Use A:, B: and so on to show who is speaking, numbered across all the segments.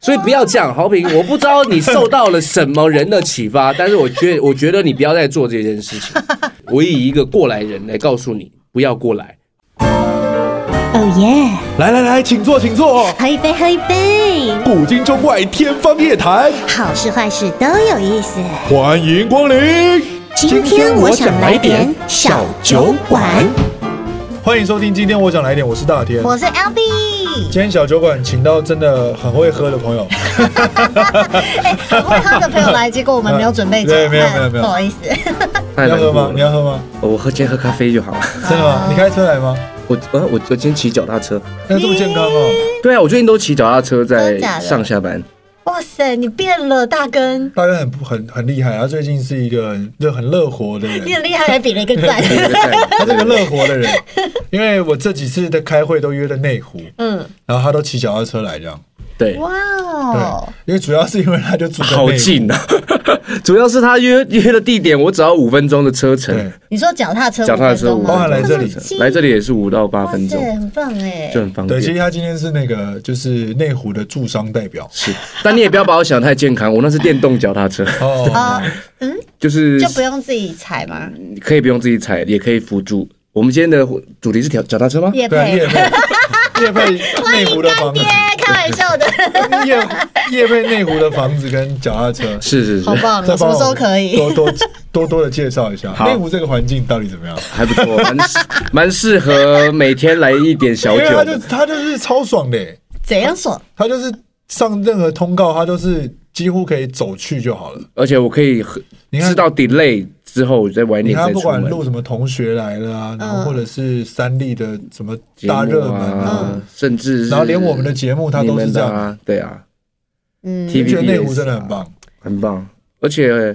A: 所以不要这样，豪平，我不知道你受到了什么人的启发，但是我觉 我觉得你不要再做这件事情。 我以一个过来人来告诉你，不要过来。
B: 哦耶！
C: 来来来，请坐，请坐。
B: 喝一杯，喝一杯，
C: 古今中外，天方夜谭，
B: 好事坏事都有意思。
C: 欢迎光临。
B: 今天我想来点小酒馆。
C: 欢迎收听，今天我想来点，我是大天。
B: 我是 L B，
C: 今天小酒馆请到真的很会喝的朋友，
B: 哎，很会喝的朋友来，结果我们没有准备酒
C: 对
B: 饭，
C: 没有没有没有
B: 不好意思。
A: 太
C: 你要
A: 难过
C: 喝吗？你
A: 了，
C: 要喝吗？
A: 我喝今天喝咖啡就好了。
C: 真的吗？你开车来吗？
A: 我我我今天骑脚踏车。
C: 那这么健康哦，
A: 对啊，我最近都骑脚踏车
B: 真
A: 在
B: 的假的
A: 上下班。
B: 哇塞，你变了，大根，
C: 大家很不很很厉害，啊他最近是一个很热很乐活的
B: 你
C: 人，
B: 很厉害，还比了一个 赞。
C: 他是个乐活的人，因为我这几次的开会都约在内湖，
B: 嗯，
C: 然后他都骑脚踏车来这样，
A: 对，
B: 哇
C: 对
B: 哦，，
C: 因为主要是因为他就住在
A: 好
C: 内湖，
A: 近啊！主要是他约约的地点，我只要五分钟的车程
C: 对，，
B: 你说脚踏车，
A: 脚踏车五分钟
B: 吗？
C: 包含来这里
A: 的车程来这里也是五到八
B: 哇
A: 分
B: 塞，
A: 钟，
B: 很棒哎
A: 就。很方
C: 对，其实
A: 便。
C: 他今天是那个就是内湖的驻商代表
A: 是，但你也不要把我想得太健康，我那是电动脚踏 车，
C: 哦，
B: 啊，嗯，
A: 就是
B: 就不用自己踩吗？
A: 可以不用自己踩，也可以辅助。我们今天的主题是脚脚踏车吗？
B: 也
C: 对，啊
B: 配
C: 叶。佩叶佩内湖的房子，
B: 哎开玩笑 的，
C: 叶叶佩内湖的房子跟脚踏车，
A: 是是是
B: 好，棒！
C: 再
B: 哦什
C: 帮
B: 么
C: 我
B: 时候可以？
C: 多多多多的介绍一下
A: 好
C: 内湖这个环境到底怎么样？
A: 还不错，蛮蛮适 合每天来一点
C: 因
A: 小
C: 为
A: 酒
C: 他就
A: 的。
C: 他就是超爽的欸，
B: 怎样说？
C: 他就是上任何通告，他都是几乎可以走去就好了。
A: 而且我可以喝
C: 你看
A: 知道 delay 之后，我再晚一
C: 你
A: 点
C: 看，
A: 再
C: 不
A: 出
C: 管
A: 门。
C: 录什么同学来了啊，
B: 嗯
C: 然后或者是三立的什么
A: 节目
C: 大
A: 啊
C: 热门啊，
A: 甚至是
C: 然后连我们的节目他都
A: 你
C: 是
A: 们
C: 这
A: 的
C: 样，
A: 啊，对啊，
B: 嗯
A: TV
C: 我觉得内湖真的很棒。
A: 很棒，而且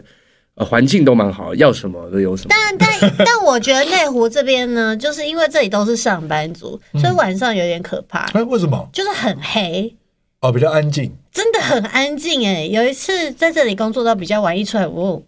A: 呃环境都蛮好，要什么都有什么。
B: 但 但但我觉得内湖这边呢，就是因为这里都是上班族，所以
C: 嗯
B: 晚上有点可怕，
C: 哎，为什么？
B: 就是很黑，
C: 哦，比较安静。
B: 真的很安静哎。有一次在这里工作到比较晚，一出来，哦，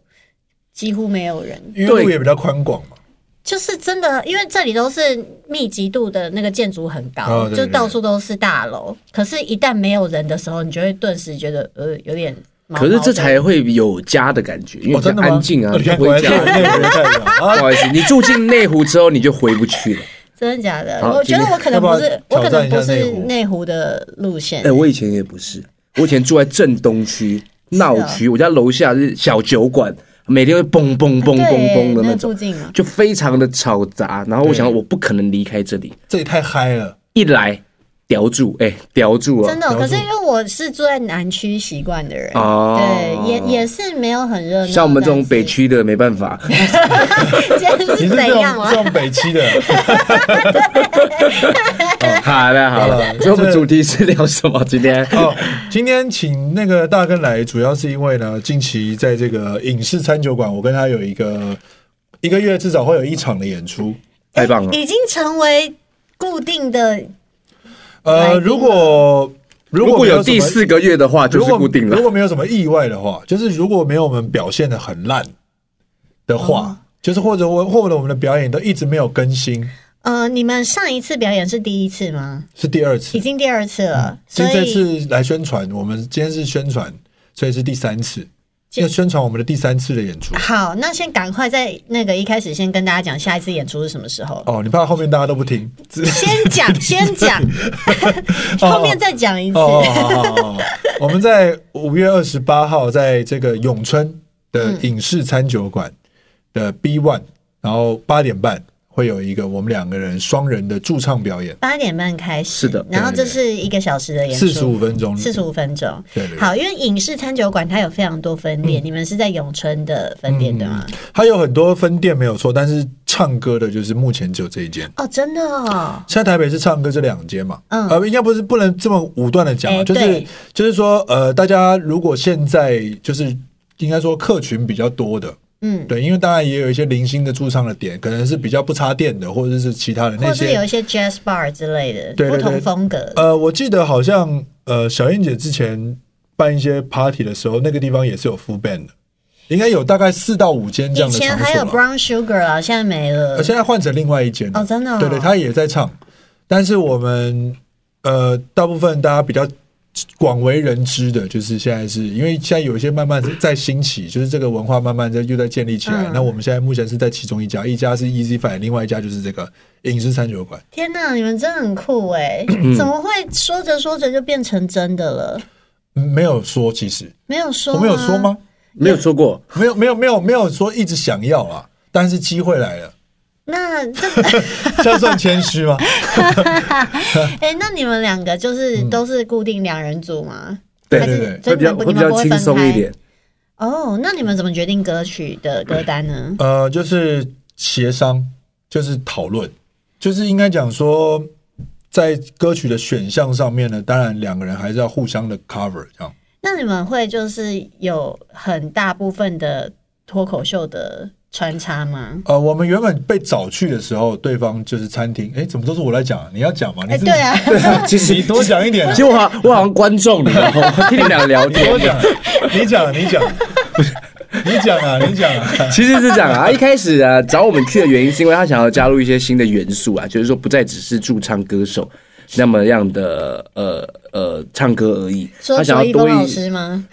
B: 几乎没有人，
C: 因为
A: 对
C: 路也比较宽广嘛。
B: 就是真的，因为这里都是密集度的那个建筑很高，
C: 哦对
B: 就
C: 对
B: 到处都是大楼。可是，一旦没有人的时候，你就会顿时觉得呃有点毛毛
A: 可
B: 的。
A: 是这才会有家的感觉，因为
C: 哦，
A: 比较
C: 真的吗？
A: 安静啊，
C: 哦
A: 你
C: 你
A: 就
C: 看，
A: 不
C: 果
A: 会
C: 然
A: 这
C: 是我
A: 样。
C: 内湖的代表啊
A: 不。好意思，你住进内湖之后，你就回不去了。
B: 真的假的？
A: 好
B: 我觉得我可能
C: 今天
B: 不是，我
C: 要不
B: 可
C: 要
B: 能
C: 挑
B: 不
C: 战一下
B: 是
C: 内湖
B: 内湖的路线。
A: 哎，我以前也不是，我以前住在正东区闹区，
B: 啊
A: 我家楼下是小酒馆，每天会嘣嘣嘣嘣
B: 对
A: 嘣的
B: 那
A: 那
B: 附
A: 种，
B: 近嘛。
A: 就非常的吵杂。然后我想，
C: 对
A: 我不可能离开这里，
C: 这也太嗨了。
A: 一来叼住，哎，叼住啊
B: 真，的哦、
C: 了
B: 可是
C: 解
B: 因为我是住在南区习惯的人，
A: 哦
B: 对，也也是没有很热闹。
A: 像我们这种
B: 但是
A: 北，区的没办法。
B: 今天
C: 你
B: 是
C: 是
B: 怎
C: 这
B: 样
C: 种
B: 啊
C: 这？种北七的，
A: 好了好了，所以我们主题是聊什么？今天
C: 哦，今天请那个大根来，主要是因为呢，近期在这个影视餐酒馆，我跟他有一个一个月至少会有一场的演出。
A: 太棒了，
B: 已经成为固定的，来
C: 呃，
B: 宾
C: 如果如
A: 如
C: 果
A: 果
C: 没
A: 有
C: 什么
A: 第四个月的话，就
C: 如
A: 是
C: 果
A: 固定
C: 如
A: 了。
C: 果没有什么意外的话，就是如果没有我们表现的很烂的话，就是或者我或者我们的表演都一直没有更新，
B: 呃，你们上一次表演是第一次吗？
C: 是第二次
B: 已。经第二次了，
C: 今
B: 所
C: 天这
B: 以
C: 嗯次来宣传，我们今天是宣传，所以是第三次，要宣传我们的第三次的演出。
B: 好，那先赶快在那个一开始先跟大家讲下一次演出是什么时候。
C: 哦，你怕后面大家都不听？只
B: 先讲， 先讲，后面再讲一次。
C: 哦，好好好好，我们在五月二十八号在这个永春的影视餐酒馆的 B One，然后八点半会有一个我们两个人双人的驻唱表演，
B: 八点半开始，
A: 是的
B: 然后这是一个小时的演出，
C: 四十五分钟，
B: 四十五分钟。
C: 对对对
B: 好，因为影视餐酒馆它有非常多分
C: 嗯
B: 店，你们是在永春的分店对吗？
C: 它有很多分店没有错，但是唱歌的就是目前只有这一间。
B: 哦，真的哦，
C: 现在台北是唱歌这两间嘛，
B: 嗯
C: 呃，应该不是不能这么武断的讲啊，
B: 哎
C: 就是
B: 对
C: 就是说，呃，大家如果现在就是应该说客群比较多的，
B: 嗯，
C: 对，因为当然也有一些零星的驻唱的点，可能是比较不插电的，或者是其他的那
B: 或是有
C: 些。
B: 一些 jazz bar 之类的，
C: 对对对
B: 不同风格。
C: 呃，我记得好像呃，小燕姐之前办一些 party 的时候，那个地方也是有 full band 的，应该有大概四到五间这
B: 以
C: 样的
B: 前
C: 场
B: 还有
C: 所吧。
B: brown sugar 啊，现在没了
C: 呃，。现在换成另外一间了
B: 哦，真的、哦，
C: 对对，他也在唱，但是我们呃，大部分大家比较广为人知的，就是现在是因为现在有一些慢慢在兴起，就是这个文化慢慢在又在建立起来。
B: 嗯
C: 那我们现在目前是在其中一家，一家是 Easy Find，另外一家就是这个影视餐酒馆。
B: 天哪，你们真的很酷哎！怎么会说着说着就变成真的了？
C: 嗯没有说，其实
B: 没有说，
C: 我没有说？吗？
A: 没有说过，
C: 没有，没有，没有，没有说一直想要啊，但是机会 来了，
B: 那这
C: 这样算谦虚吗？
B: 哎、那你们两个就是都是固定两人组吗？
C: 嗯对
B: 还是
C: 对对
B: 真
A: 会比较
B: 的不
A: 会比较轻松一。
B: 你们
A: 点。
B: 不分开哦，那你们怎么决定歌曲的歌单呢？
C: 呃，就是协商，就是讨论，就是应该讲说，在歌曲的选项上面呢，当然两个人还是要互相的 cover 这样。
B: 那你们会就是有很大部分的脱口秀的穿插吗？
C: 呃，我们原本被找去的时候，对方就是餐厅，哎，怎么都是我来讲啊，你要讲嘛？你
B: 哎、
C: 自己
B: 对，啊，
A: 对啊， 其实
C: 你多讲一点啊
A: 其，实我好我好像观众，你知道吗？听你们俩聊
C: 你
A: 天
C: 多，讲，你讲，你讲，你讲啊，你 讲啊，
A: 其实是这样啊，一开始啊找我们去的原因是因为他想要加入一些新的元素啊，就是说不再只是驻唱歌手那么样的呃呃唱歌而已，
B: 说
A: 他想要
B: 卓一
A: 多
B: 峰老
A: 一
B: 师吗？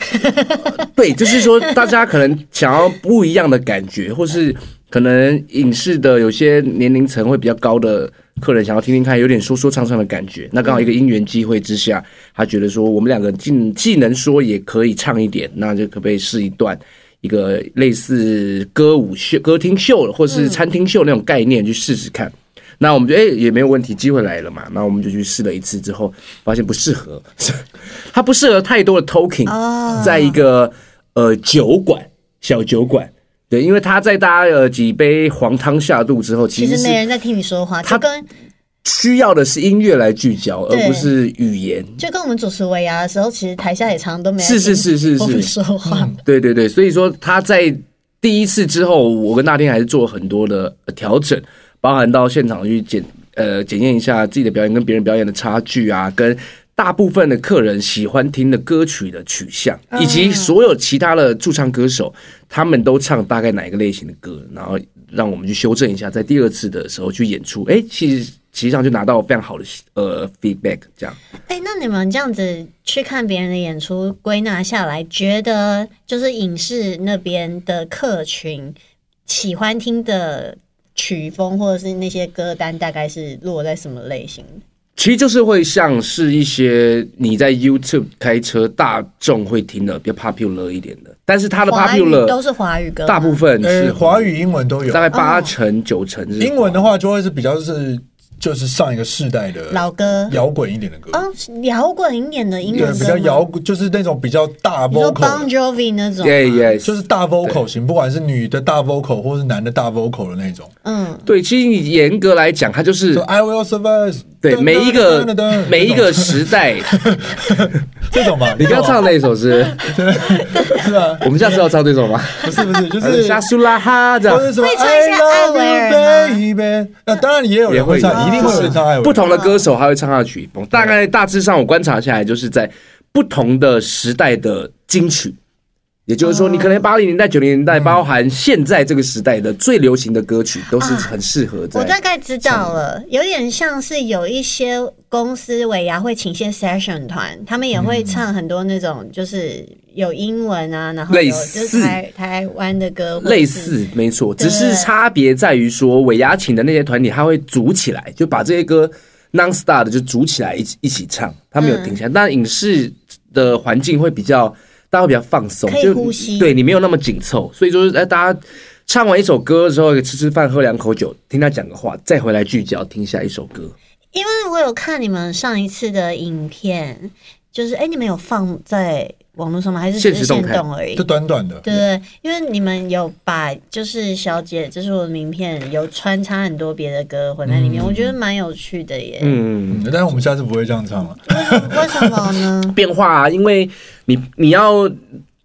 A: 对，就是说大家可能想要不一样的感觉，或是可能影视的有些年龄层会比较高的客人想要听听看，有点说说唱唱的感觉。那刚好一个因缘机会之下，他觉得说我们两个既既能说也可以唱一点，那就可不可以试一段？一个类似歌舞秀、歌厅秀或是餐厅秀那种概念去试试看。那我们就哎、也没有问题，机会来了嘛，那我们就去试了一次之后，发现不适合， 它不适合太多的 talking，、
B: 哦
A: 在一个呃酒馆小酒馆，对，因为他在大家呃几杯黄汤下肚之后，其
B: 其
A: 实
B: 实
A: 是
B: 没人在听你说话，就
A: 他
B: 跟
A: 需要的是音乐来聚焦，而
B: 对
A: 不是语言。
B: 就跟我们主持维牙的时候，其实台下也常常都没人
A: 是是是是
B: 听我们
A: 是嗯
B: 说话。
A: 对对对，所以说他在第一次之后，我跟大天还是做了很多的呃调整，包含到现场去检呃检验一下自己的表演跟别人表演的差距啊，跟大部分的客人喜欢听的歌曲的取向，以及所有其他的驻唱歌手他们都唱大概哪一个类型的歌，然后让我们去修正一下，在第二次的时候去演出，哎，其实。实际上就拿到非常好的呃 feedback，这样
B: 哎、那你们这样子去看别人的演出，归纳下来，觉得就是影视那边的客群喜欢听的曲风，或者是那些歌单，大概是落在什么类型？
A: 其实就是会像是一些你在 YouTube 开车大众会听的，比较 popular 一点的，但是它的
B: 华语
A: popular
B: 都是华语歌吗，
A: 大部分是
C: 呃，华语、英文都有
A: 大，概八成九成是
C: 英文的话就会是比较是就是上一个世代的
B: 老歌，
C: 摇滚一点的歌，
B: 哦，是摇滚一点的英
C: 对，
B: 文
C: 比
B: 歌
C: 较
B: 吗
C: 摇，滚，就是那种比较大
B: 你说
C: vocal，
B: Bon
C: 的
B: Jovi 那种吗，
A: ，yeah yeah，
C: 就是大 vocal 型，不管是女的大 vocal 或是男的大 vocal 的那种。
B: 嗯，
A: 对，其实你严格来讲，它就是
C: 就 I will survive，
A: 对每一个
C: 噔噔噔噔
A: 每一个时 代，
C: 这种嘛，
A: 你刚唱的那首是，
C: 是啊，
A: 我们下次要唱这首吗？
C: 不是不是，就
A: 还
C: 是
A: 沙苏拉哈这样
C: 或。者什么
B: 会唱
C: I
B: 一下艾薇
C: love
B: 儿
C: you baby，那当然也有
A: 也
C: 人
A: 会
C: 会
A: 有
C: 唱，一定会有人嗯唱艾薇儿。
A: 不同的歌手他会唱他的曲风，大概大致上我观察下来，就是在不同的时代的金曲，也就是说，你可能八零年代、九零年
C: 嗯
A: 代，包含现在这个时代的最流行的歌曲，都是很适合
B: 我大
A: 在。
B: 概知道了，有点像是有一些公司尾牙会请一些 session 团，他们也会唱很多那种就是有英文啊，然后有
A: 类
B: 就是
A: 似
B: 台台湾的歌，或者是
A: 类似，没错，
B: 对
A: 只是差别在于说，尾牙请的那些团体，他会组起来，就把这些歌 non star 的就组起来一起一起唱，他没有停下来。但影视的环境会比较，大家会比较放松，
B: 可以
A: 就
B: 呼吸
A: 对你没有那么紧凑，所以就是哎，大家唱完一首歌之后，吃吃饭，喝两口酒，听他讲个话，再回来聚焦听下一首歌。
B: 因为我有看你们上一次的影片，就是哎、你们有放在网络上吗？还是只
A: 现
B: 是
A: 实动
B: 现
A: 态
B: 动而已
C: 就？短短的，
B: 对对，因为你们有把就是小姐，这是我的名片，有穿插很多别的歌混在里面，我觉得蛮有趣的耶。
A: 嗯，
C: 嗯，但是我们下次不会这样唱了。
B: 为什么呢？
A: 变化啊，因为你你要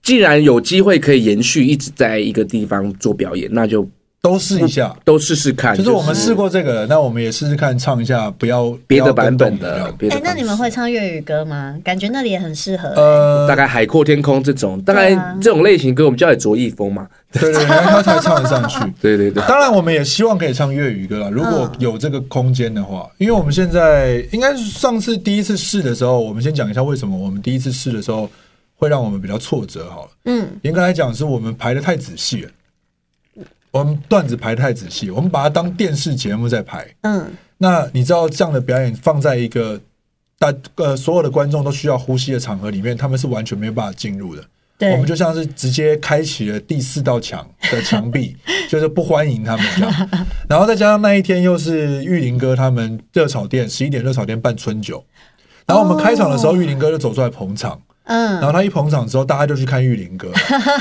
A: 既然有机会可以延续一直在一个地方做表演，那就
C: 都试一下。
A: 都试试看。
C: 就是我们试过这个了，那我们也试试看唱一下，不要
A: 别的版本
C: 不要
A: 的
C: 跟，动
A: 别的
B: 哎、
A: 版本。
B: 那你们会唱粤语歌吗？感觉那里也很适合、
C: 呃，
A: 大概海阔天空这种，大概
B: 对啊
A: 这种类型歌，我们叫它卓一峰嘛。
C: 对对，对然后他才唱得上去。
A: 对对对，
C: 当然，我们也希望可以唱粤语歌啦，如果有这个空间的话，因为我们现在应该是上次第一次试的时候，我们先讲一下为什么我们第一次试的时候会让我们比较挫折。好了，
B: 嗯，
C: 严格来讲，是我们排的太仔细了，我们段子排得太仔细，我们把它当电视节目在排。
B: 嗯
C: 那你知道这样的表演放在一个大呃所有的观众都需要呼吸的场合里面，他们是完全没有办法进入的。
B: 对
C: 我们就像是直接开启了第四道墙的 墙壁，就是不欢迎他们这样。然后再加上那一天又是玉林哥他们热炒店十一点热炒店办春酒，然后我们开场的时候，玉林哥就走出来捧场。然
B: 哦嗯，
C: 后他一捧场之后，大家就去看玉林哥，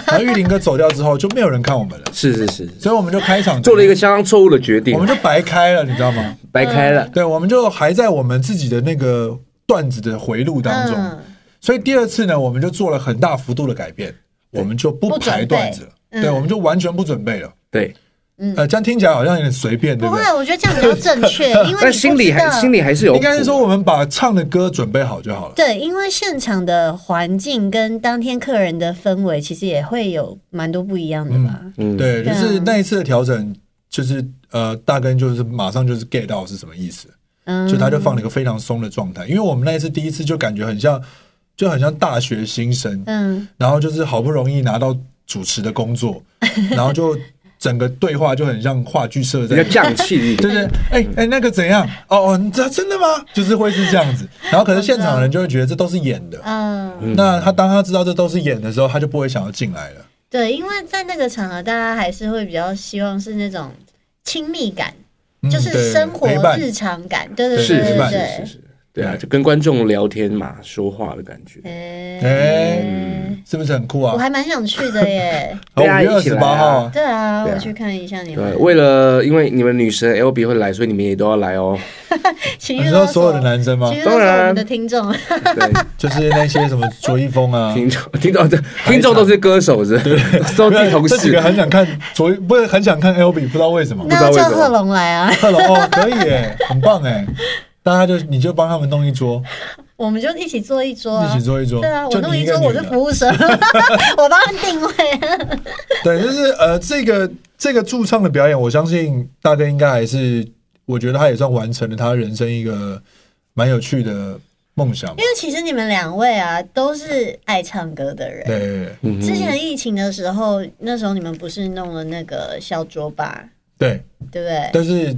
C: 然后玉林哥走掉之后就没有人看我们了，
A: 是是是，
C: 所以我们就开场
A: 做了一个，相当错误的决定
C: 我，们就白开了，你知道吗？
A: 白开
B: 嗯
A: 了。
C: 对，我们就还在我们自己的那个段子的回路当中，
B: 嗯
C: 所以第二次呢，我们就做了很大幅度的改变，我们就不排段子了，
B: 不准备嗯
C: 对，我们就完全不准备了。
A: 对，
C: 呃，这样听起来好像有点随便，
B: 嗯
C: 对
B: 不
C: 不
B: 会
C: 对？，
B: 我觉得这样比较正确，因为
A: 但心里还心
B: 里
A: 里还是有谱，
C: 应该是说我们把唱的歌准备好就好了。
B: 对，因为现场的环境跟当天客人的氛围，其实也会有蛮多不一样的吧。
A: 嗯
C: 对，就
B: 对啊
C: 是那一次的调整，就是呃，大根就是马上就是 get 到是什么意思，
B: 嗯，
C: 就他就放了一个非常松的状态，因为我们那一次第一次就感觉很像，就很像大学新生，
B: 嗯
C: 然后就是好不容易拿到主持的 工作，然后就整个对话就很像话剧社
A: 比
C: 在
A: 较，降气一
C: 就
A: 点。
C: 是哎哎、那个怎样？哦哦，你知道真的吗？就是会是这样子，然后可是现场的人就会觉得这都是演的。
B: 嗯，
C: 那他当他知道这都是演的时候，他就不会想要进来了。
B: 对，因为在那个场合，大家还是会比较希望是那种亲密感，
C: 嗯
B: 就是
C: 对
B: 生活
C: 陪伴
B: 日常感。对对
A: 是
B: 对
A: 是
B: 对
C: 吧
A: 是是
B: 对。
A: 是，对啊，就跟观众聊天嘛，说话的感觉。
B: 哎、
C: 哎是不是很酷
B: 嗯我
C: 啊？哦
B: 还蛮想去的耶。
C: 好，五
A: 对啊
C: 月二
A: 一起
C: 十
A: 来
C: 八
A: 啊
C: 号啊，
B: 对啊，
A: 对啊
B: 我去看一下你
A: 对，
B: 们
A: 为了因为你们女神 L B 会来，所以你们也都要来哦。
B: 情
C: 你
B: 欲
C: 知
B: 勒
C: 道
B: 索
C: 所有的男生吗
B: 情？欲勒
A: 当
B: 索
A: 然
C: 啊
B: 我们的听众，
A: 对，
C: 就是那些什么卓一峰啊，
A: 啊 听众听众听众都是歌手是不是， 都是同
C: 这几
A: 事
C: 个。很想看卓一，不是很想看 L B，不知道为什么。
B: 那要叫贺龙来啊，
C: 克隆哦，可以耶，很棒哎。大家就你就帮他们弄一桌，
B: 我们就一起坐一桌、啊，
C: 一起坐一桌。
B: 对啊，我
C: 就
B: 弄
C: 你
B: 一
C: 个
B: 桌我是
C: 女的
B: 服务生， 我帮他定位啊。
C: 对，就是呃，这个这个驻唱的表演，我相信大哥应该还是，我觉得他也算完成了他人生一个蛮有趣的梦想吧
B: 因。为其实你们两位啊，都是爱唱歌的人。
C: 对对，对
A: 嗯
B: 之前疫情的时候，那时候你们不是弄了那个小桌吧，
C: 对，
B: 对不对？
C: 但是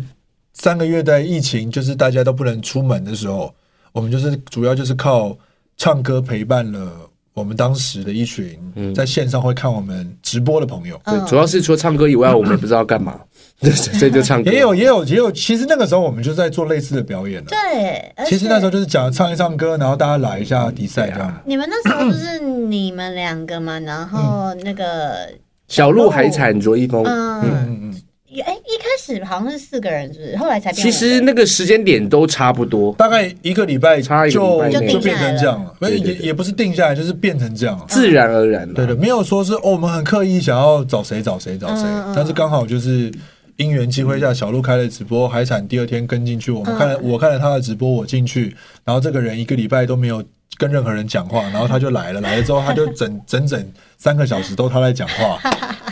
C: 三个月在疫情，就是大家都不能出门的时候，我们就是主要就是靠唱歌陪伴了我们当时的一群在线上会看我们直播的朋友。
B: 嗯
A: 对，主要是除了唱歌以外，我们也不知道干 嘛，所以就唱歌。
C: 也有，也有，也有。其实那个时候我们就在做类似的表演了。
B: 对，而
C: 其实那时候
B: 且
C: 就是讲唱一唱歌，然后大家来一下比赛这样。
B: 你们那时候就是你们两个嘛，然后那个
A: 小鹿海产卓一峰。
B: 嗯，
C: 嗯嗯，
B: 也哎、一开始好像是四个人，是不是？后来才变
A: 其
B: 五个
A: 实那个时间点都差不多，
C: 大概一个礼拜
A: 差
C: 就
A: 一个礼拜
B: 就定下来
C: 就变成这样了，所以
A: 对
C: 也
A: 对对
C: 也不是定下来，就是变成这样了。
A: 自然而然啦
C: 对的，没有说是哦，我们很刻意想要找谁找谁找谁
B: 嗯嗯，
C: 但是刚好就是因缘机会下，小鹿开了直播，海产第二天跟进去，我们
B: 嗯
C: 看了我看了他的直播，我进去，然后这个人一个礼拜都没有跟任何人讲话，然后他就来了，来了之后他就 整整整三个小时都他在讲话，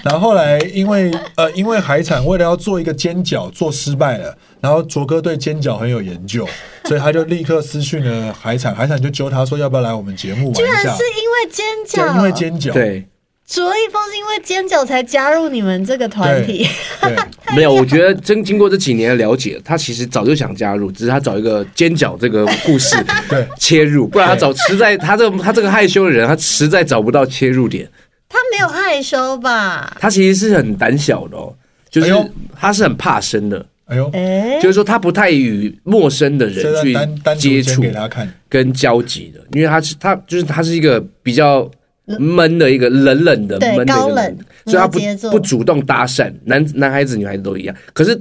C: 然后后来因为呃因为海产为了要做一个煎饺做失败了，然后卓哥对煎饺很有研究，所以他就立刻私讯了海产，海产就揪他说要不要来我们节目玩
B: 居然
C: 一下
B: 是。因为尖
C: 对
B: 角，
C: 因为煎饺，
A: 对，
B: 卓一峰是因为尖角才加入你们这个团体，
C: 对，
A: 没有，我觉得真经过这几年的了解，他其实早就想加入，只是他找一个尖角这个故事
C: 对
A: 切入，不然他找实在他这他这个害羞的人，他实在找不到切入点。
B: 他没有害羞吧？
A: 他其实是很胆小的哦，就是
C: 哎呦
A: 他是很怕生的，
C: 哎呦，
B: 哎、
A: 就是说他不太与陌生的
C: 现在单
A: 人
C: 单
A: 去接触
C: 独剪给他看，
A: 跟交集的，因为他是他就是他是一个比较闷的一个冷冷的
B: 嗯对
A: 闷的一
B: 高
A: 个
B: 冷嗯
A: 人，所以他
B: 摩羯座
A: 不不主动搭讪，男男孩子女孩子都一样。可是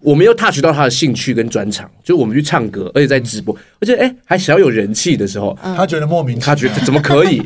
A: 我们又 touch 到他的兴趣跟专长，就我们去唱歌，而
B: 嗯
A: 且在直播，而且哎还小有人气的时候，
C: 他觉得莫名其
A: 他
C: 妙，
A: 觉得怎么可以？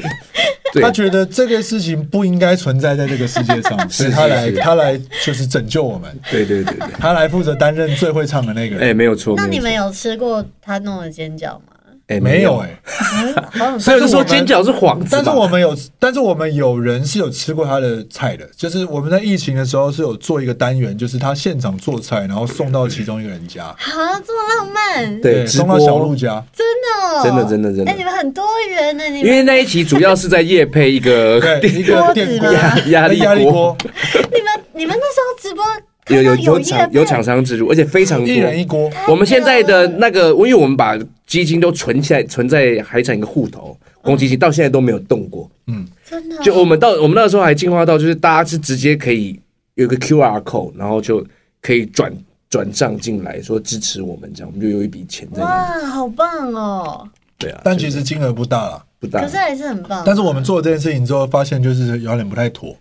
A: 对
C: 他觉得这个事情不应该存在在这个世 界上，所以他来他来就是拯救我们，
A: 对对对对，
C: 他来负责担任最会唱的那个
A: 哎、
C: 人。
A: 没有错。
B: 那你
A: 没
B: 们
A: 有错
B: 有吃过他弄的煎饺吗？
A: 哎、
C: 没有哎、
A: 哎，
B: 嗯好想吃
A: 所以我就说煎饺是幌子吧
C: 但是我们有，但是我们有人是有吃过他的菜的，就是我们在疫情的时候是有做一个单元，就是他现场做菜，然后送到其中一个人家，
B: 啊，这么浪漫，
A: 对直
C: 送
A: 播
C: 到小鹿家，
B: 真的哦，
A: 真的真的真的
B: 哎，你们很多元呢，你
A: 因为
B: 们
A: 那一期主要是在夜配一个
C: 对，一个
B: 锅
C: 电
B: 子
C: 锅
B: 吗
A: 压压力
C: 压力
A: 锅，
C: 锅，
B: 你们你们那时候直播
A: 有
B: 看到
A: 有有
B: 业
A: 厂
B: 配
A: 有厂商植入，而且非常多。
C: 一人一锅，
A: 我们现在的那个，因为我们把基金都存起来，存在海产一个户头，公积金到现在都没有动过。
C: 嗯，
B: 真的哦
A: 就我们到我们那个时候还进化到，就是大家是直接可以有一个 QR code，然后就可以转转账进来，说支持我们这样，我们就有一笔钱在那里。
B: 哇，好棒哦！
A: 对啊，
C: 但其实金额不大了。
A: 不大
B: 可。是还是很棒。
C: 但是我们做了这件事情之后，发现就是有点不太妥，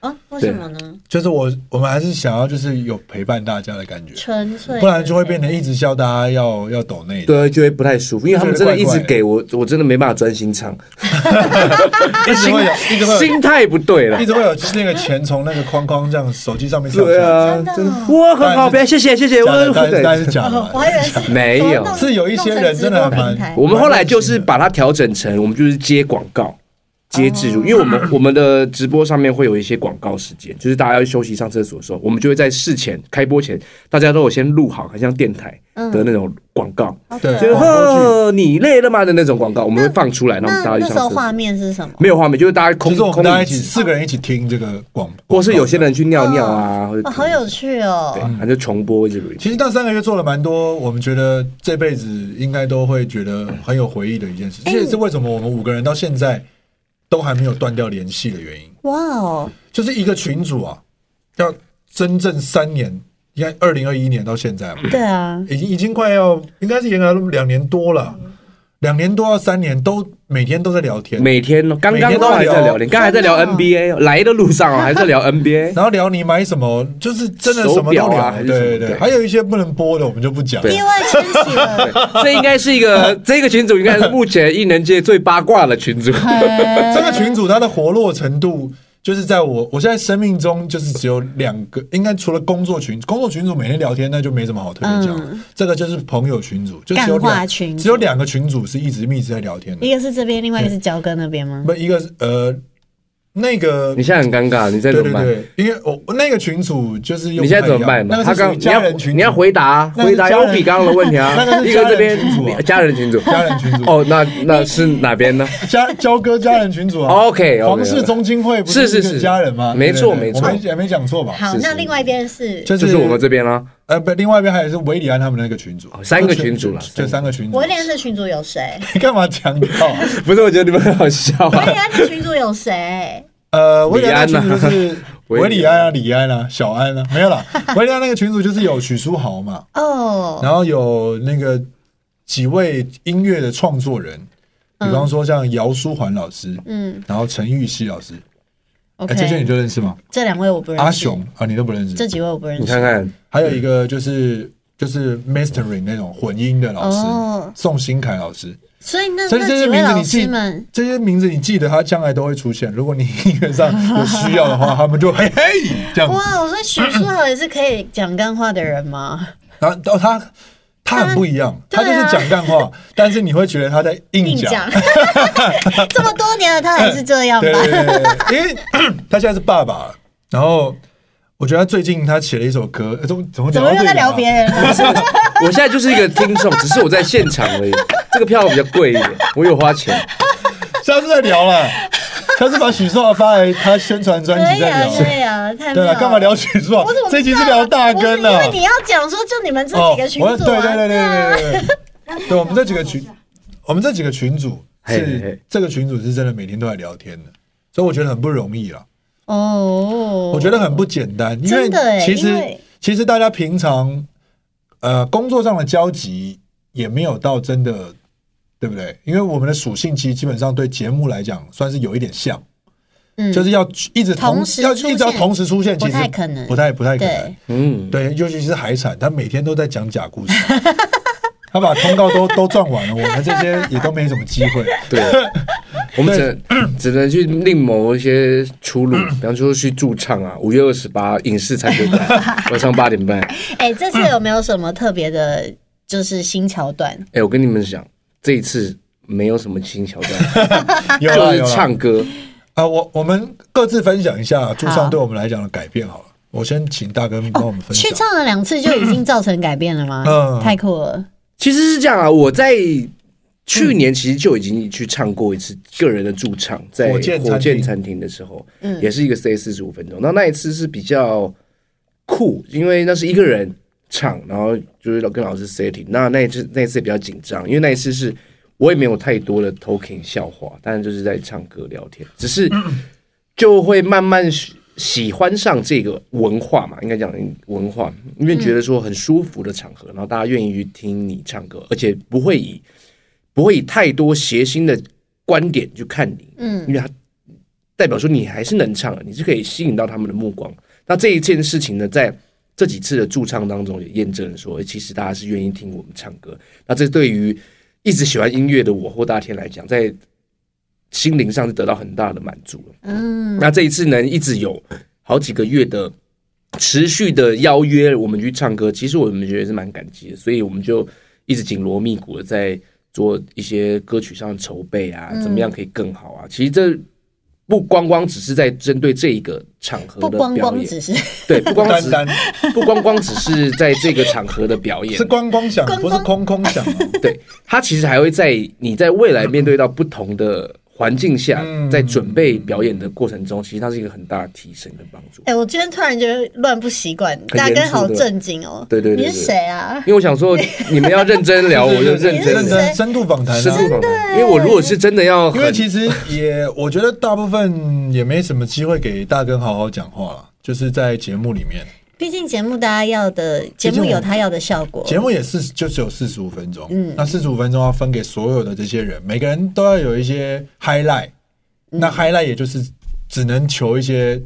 B: 啊，为什么呢？
C: 就是我我们还是想要就是有陪伴大家的感觉，
B: 纯粹的
C: 不然就会变成一直叫大家要要抖内。
A: 对，就会不太舒服，因为他们真的一直给我，我真的没办法专心 唱，
C: 一直会有，一直会有，
A: 心态不对了
C: 一。直会有那个钱从那个框框这样手机上面跳下
A: 对
C: 来，
A: 啊，
B: 真的哦
A: 真的，我很好，别谢谢谢谢，
C: 假
A: 我
C: 的，但是但是
A: 对。
C: 假
B: 哦
C: 的
B: 我，还以为 是
A: 没有
B: 怎么弄
C: 是有一些人真的还蛮
B: 弄成直播平台
A: 我们后来就是把它调整成，我们就是接广告、接植入，因为我们我们的直播上面会有一些广告时间，就是大家要休息上厕所的时候，我们就会在事前开播前，大家都有先录好，很像电台的那种广告，
B: 好可爱
C: 对，
A: 就是
C: 广播剧
A: 呵你累了吗的那种广告，我们会放出来，让我
B: 那
A: 们大家
B: 那
A: 去
B: 时
A: 上
B: 候
A: 厕所
B: 画。面是什么？
A: 没有画面，就是大家
C: 就
A: 空
C: 是我
A: 空
C: 们大家一
A: 一
C: 起
A: 起，
C: 四个人一起听这个广，
A: 或是有些人去尿尿啊，或者
B: 哇，哦好有趣
A: 对
B: 哦！，
A: 他就重播这个。
C: 其实那三个月做了蛮多，我们觉得这辈子应该都会觉得很有回忆的一件事，
B: 哎
C: 这也是为什么我们五个人到现在都还没有断掉联系的原因。
B: 哇哦，
C: 就是一个群主啊，要真正三年，你看二零二一年到现在嘛，
B: 对啊，
C: 已经已经快要应该是严格来说两年多了，两年多到三年都每天都在聊嗯天，
A: 每天哦，刚刚都还在聊天，刚刚还在聊
B: 真的哦
A: NBA，来的路上哦，还在聊 NBA。
C: 然后聊你买什么，就是真的什么都
A: 手表
C: 聊，
A: 啊还是什么
C: 对对对，
A: 对
C: 还有一些不能播的我们就不讲。
A: 对
B: 意外惊 喜了，
A: 这应该是一 个这个群组，应该是目前艺能界最八卦的群组。
C: 这
B: 呃
C: 个群主他的活络程度，就是在我我现在生命中，就是只有两个，应该除了工作群，工作群主每天聊天，那就没什么好特别讲。的。这个就是朋友群主，就只有
B: 嗯干话
C: 两
B: 群组
C: 只有两个群主是一直密直在聊天的
B: 一，个是这边，另外一个是脚跟那边吗？
C: 不一个是呃那个
A: 你。现在很尴尬，你在怎
C: 对对
A: 么办？
C: 对，因为我我那个群主就是又
A: 你现在怎么办
C: 不
A: 嘛？
C: 太一样那
A: 他
C: 个
A: 刚你
C: 是属于家
A: 要
C: 人群组，
A: 你要回答
C: 那个
A: 回答
C: 家人
A: 有比刚刚的问题啊
C: 那个，是
A: 一个这
C: 家人群组啊
A: 边家人群组，
C: 家人群组，
A: 哦，那那是哪边呢？
C: 家焦哥家人群主啊
A: OK，OK，OK
C: 皇室中金会不是
A: 是是
C: 一个
A: 是
C: 家人吗？
A: 没错
C: 对对对
A: 没错
C: 我没也没讲错吧？
B: 好，
A: 是
B: 那
A: 是
B: 另外一边是
C: 就
A: 就是我们这边啊啦。
C: 呃，不，另外一边还有是维里安他们那个群主，
A: 三个群组啦
C: 就三个群主。
B: 维廉的群主有谁？
C: 你干嘛强调 啊？
A: 不是，我觉得你们很好笑
B: 维
A: 啊。
B: 廉的哎群主有谁？
C: 呃，维里安
A: 李
C: 那
A: 安
C: 个
A: 啊
C: 群主就是
A: 维里安
C: 维里安啊、李安啊、小安啊，没有啦。维里安那个群主就是有许书豪嘛，
B: 哦，
C: 然后有那个几位音乐的创作人，比方说像姚书桓老师，
B: 嗯
C: 然后陈玉熙老师，哎，这些你
B: ，OK，
C: 就认识吗？
B: 这两位我不认识，
C: 阿雄啊，你都不认识
B: 这。几位我不认
A: 你
B: 识
A: 看。看，
C: 还有一个就是就是 mastering 那种混音的老师
B: 哦，
C: 宋新凯老师。
B: 所以那
C: 所以
B: 那
C: 这些
B: 几位
C: 名字
B: 老
C: 你
B: 师
C: 记
B: 们，，
C: 这些名字你记得，它将来都会出现。如果你 音乐上有需要的话，他们就嘿嘿这样子。
B: 哇，我说许书豪也是可以讲干话的人吗？
C: 然后到他，他很不一样，他
B: 他
C: 就是讲干话，但是你会觉得他在硬
B: 啊硬
C: 讲
B: 讲。， 这么多年了，他还是这样
C: 对对
B: 吧？
C: 对对 对，因为他现在是爸爸了，然后我觉得他最近他写了一首歌，呃怎么怎么
B: 怎
C: 讲
B: 么
C: 到
B: 又
C: 这
B: 在
C: 个
B: 聊
C: 啊
B: 别人了？
A: 我现在就是一个听众，只是我在现场而已。这个票比较贵一点，我有花钱。
C: 下次再聊了，下次把许硕发来他宣传专
B: 可
C: 辑
B: 以
C: 再
B: 啊，可
C: 聊。
B: 以啊，太
C: 对
B: 妙
C: 了，干嘛？聊许硕
B: 我怎么？
C: 这
B: 知
C: 集
B: 道
C: 是聊大根
B: 不
C: 呢、
B: 是因为你要讲说，就你们这
C: 哦，
B: 几个群
C: 我
B: 组
C: 对对
B: 啊，
C: 对
B: 对啊
C: 对对对对，对我们这几个群，我们这几个群主
A: 嘿嘿嘿
C: 是这个群主是真的每天都在聊天的，所以我觉得很不容易啦，
B: 哦，
C: 我觉得很不简单，因为
B: 真的欸
C: 其
B: 因
C: 实
B: 为
C: 其实大家平常呃工作上的交集也没有到真的，对不对？因为我们的属性其实基本上对节目来讲算是有一点像，
B: 嗯
C: 就是要一直
B: 同时
C: 要
B: 出
C: 一直要
B: 现
C: 同时出现，
B: 不
C: 其实
B: 太可能
C: 不太不太可能
B: 对。
A: 嗯，
C: 对，尤其是海产，他每天都在讲假故事， 他把通告都都赚完了，我们这些也都没什么机会。
A: 对，我们只能只能去另谋一些出路，比方说去驻唱啊，五月二十八影视餐酒馆，晚上八点半。
B: 哎、这次有没有什么特别的，就是新桥段？
A: 哎、我跟你们讲，这一次没有什么轻 桥段，
C: 有
A: 就
C: 啦
A: 是
C: 有啦
A: 唱歌。
C: 啊，我我们各自分享一下驻唱对我们来讲的改变好了。我先请大哥帮我们分
B: 哦去
C: 享。
B: 唱了两次就已经造成改变了吗？
C: 嗯
B: 太酷了！
A: 其实是这样啊，我在去年其实就已经去唱过一次个人的驻唱，在
C: 火箭餐厅
A: 火箭餐厅的时候，也是一个 C 四十五分钟。那那一次是比较酷，因为那是一个人唱，然后就是跟老师 setting。那那一次那一次也比较紧张，因为那一次是我也没有太多的 talking 笑话，但是就是在唱歌聊天，只是就会慢慢喜喜欢上这个文化嘛，应该讲嗯文化，因为觉得说很舒服的场合，然后大家愿意去听你唱歌，而且不会以不会以太多邪心的观点去看你，
B: 嗯，
A: 因为它代表说你还是能唱的，你是可以吸引到他们的目光。那这一件事情呢，在这几次的驻唱当中也验证了说，诶其实大家是愿意听我们唱歌。那这对于一直喜欢音乐的我或大天来讲，在心灵上是得到很大的满足了。嗯，那这一次呢，一直有好几个月的持续的邀约我们去唱歌，其实我们觉得是蛮感激的，所以我们就一直紧锣密鼓的在做一些歌曲上的筹备啊，怎么样可以更好啊？其实这不光光只是在针对这一个场合
B: 不
A: 的表
B: 光
A: 演，
B: 光只是
A: 对，不光只
C: 单单
A: 不光光只是在这个场合的表演
C: 是，光光想，
B: 光
C: 不是空空想、啊。
A: 对，它其实还会在你在未来面对到不同的环境下，
C: 嗯
A: 在准备表演的过程中，其实它是一个很大的提升跟帮助。
B: 哎、我今天突然觉得乱不习惯，
A: 很
B: 大
A: 严
B: 哥
A: 肃
B: 好
A: 对吧
B: 震惊哦！
A: 对对对
B: 你
A: 对
B: 是谁啊？
A: 因为我想说，你们要认真 聊，哦我就认
B: 对
A: 真
C: 认
A: 聊
C: 真深度访谈
A: 深
C: 啊。
A: 度访谈。因为我如果是真的要
C: 因
A: 很
C: 为其实也，我觉得大部分也没什么机会给大根好好讲话了，就是在节目里面，
B: 毕竟节目大家要的节
C: 毕竟
B: 目
C: 我
B: 有他要的效果，
C: 节目也是就只有四十五分钟，
B: 嗯
C: 那四十五分钟要分给所有的这些人，每个人都要有一些 highlight，、那
B: 嗯
C: highlight 也就是只能求一些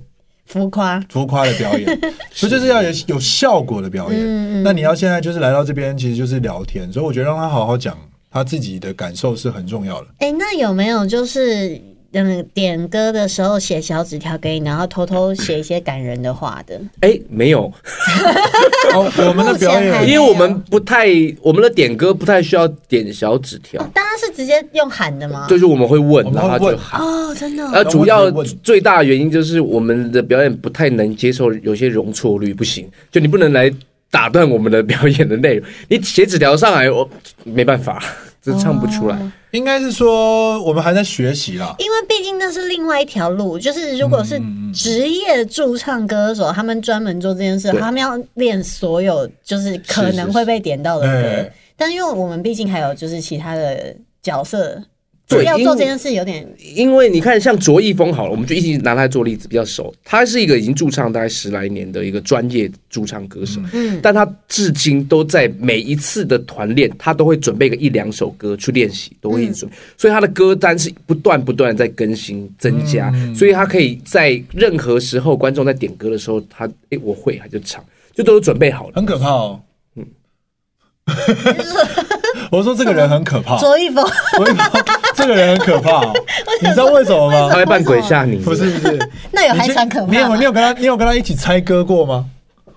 B: 浮夸。
C: 浮夸的表演，所以 就是嗯要有有效果的表演。那你要现在就是来到这边，其实就是聊天，所以我觉得让他好好讲他自己的感受是很重要 的。
B: 哎、那有没有就是嗯点歌的时候写小纸条给你，然后偷偷写一些感人的话的？
A: 哎没有，
C: 哦，我们的表
B: 目前还
A: 因
B: 没
C: 演
A: 为我们不太我们的点歌不太需要点小纸条，
B: 哦大家是直接用喊的吗？
A: 就是我们会问
C: 我，们
A: 然
C: 会
A: 后他
C: 问
A: 就喊。
B: 哦，真的哦、
A: 呃，主
C: 我
A: 要
C: 只问
A: 最大的原因就是我们的表演不太能接受有些容错率，不行，就你不能来打断我们的表演的内容。你写纸条上来，我没办法，这唱不出来。
C: 应该是说我们还在学习啦。
B: 因为毕竟那是另外一条路，就是如果
C: 嗯
B: 是职业驻唱歌手，他们专门做这件事，
A: 对
B: 他们要练所有就是可能会被点到的歌。
C: 是是是哎
B: 但因为我们毕竟还有就是其他的角色，
A: 对
B: 要
A: 因
B: 做
A: 为
B: 这件事有点
A: 因为你看，像卓一峰好了，我们就一起拿他做例子，比较熟。他是一个已经驻唱大概十来年的一个专业驻唱歌手，
B: 嗯
A: 但他至今都在每一次的团练，他都会准备个一两首歌去练习，都会一直准备，所以他的歌单是不断不断的在更新增加，所以他可以在任何时候观众在点歌的时候，他诶、我会他就唱，就都有准备好了。
C: 很可怕 哦。我说这个人很可 怕，
B: 卓一峰
C: 我跟你说这个人很可 怕哦。你知道为什么
A: 他
C: 吗？
A: 会扮鬼吓你，
C: 哦不是不是，
B: 那有
C: 你
B: 还
C: 去
B: 算可
C: 你
B: 怕
C: 有
B: 吗
C: 你？有跟他你有跟他一起猜歌过吗？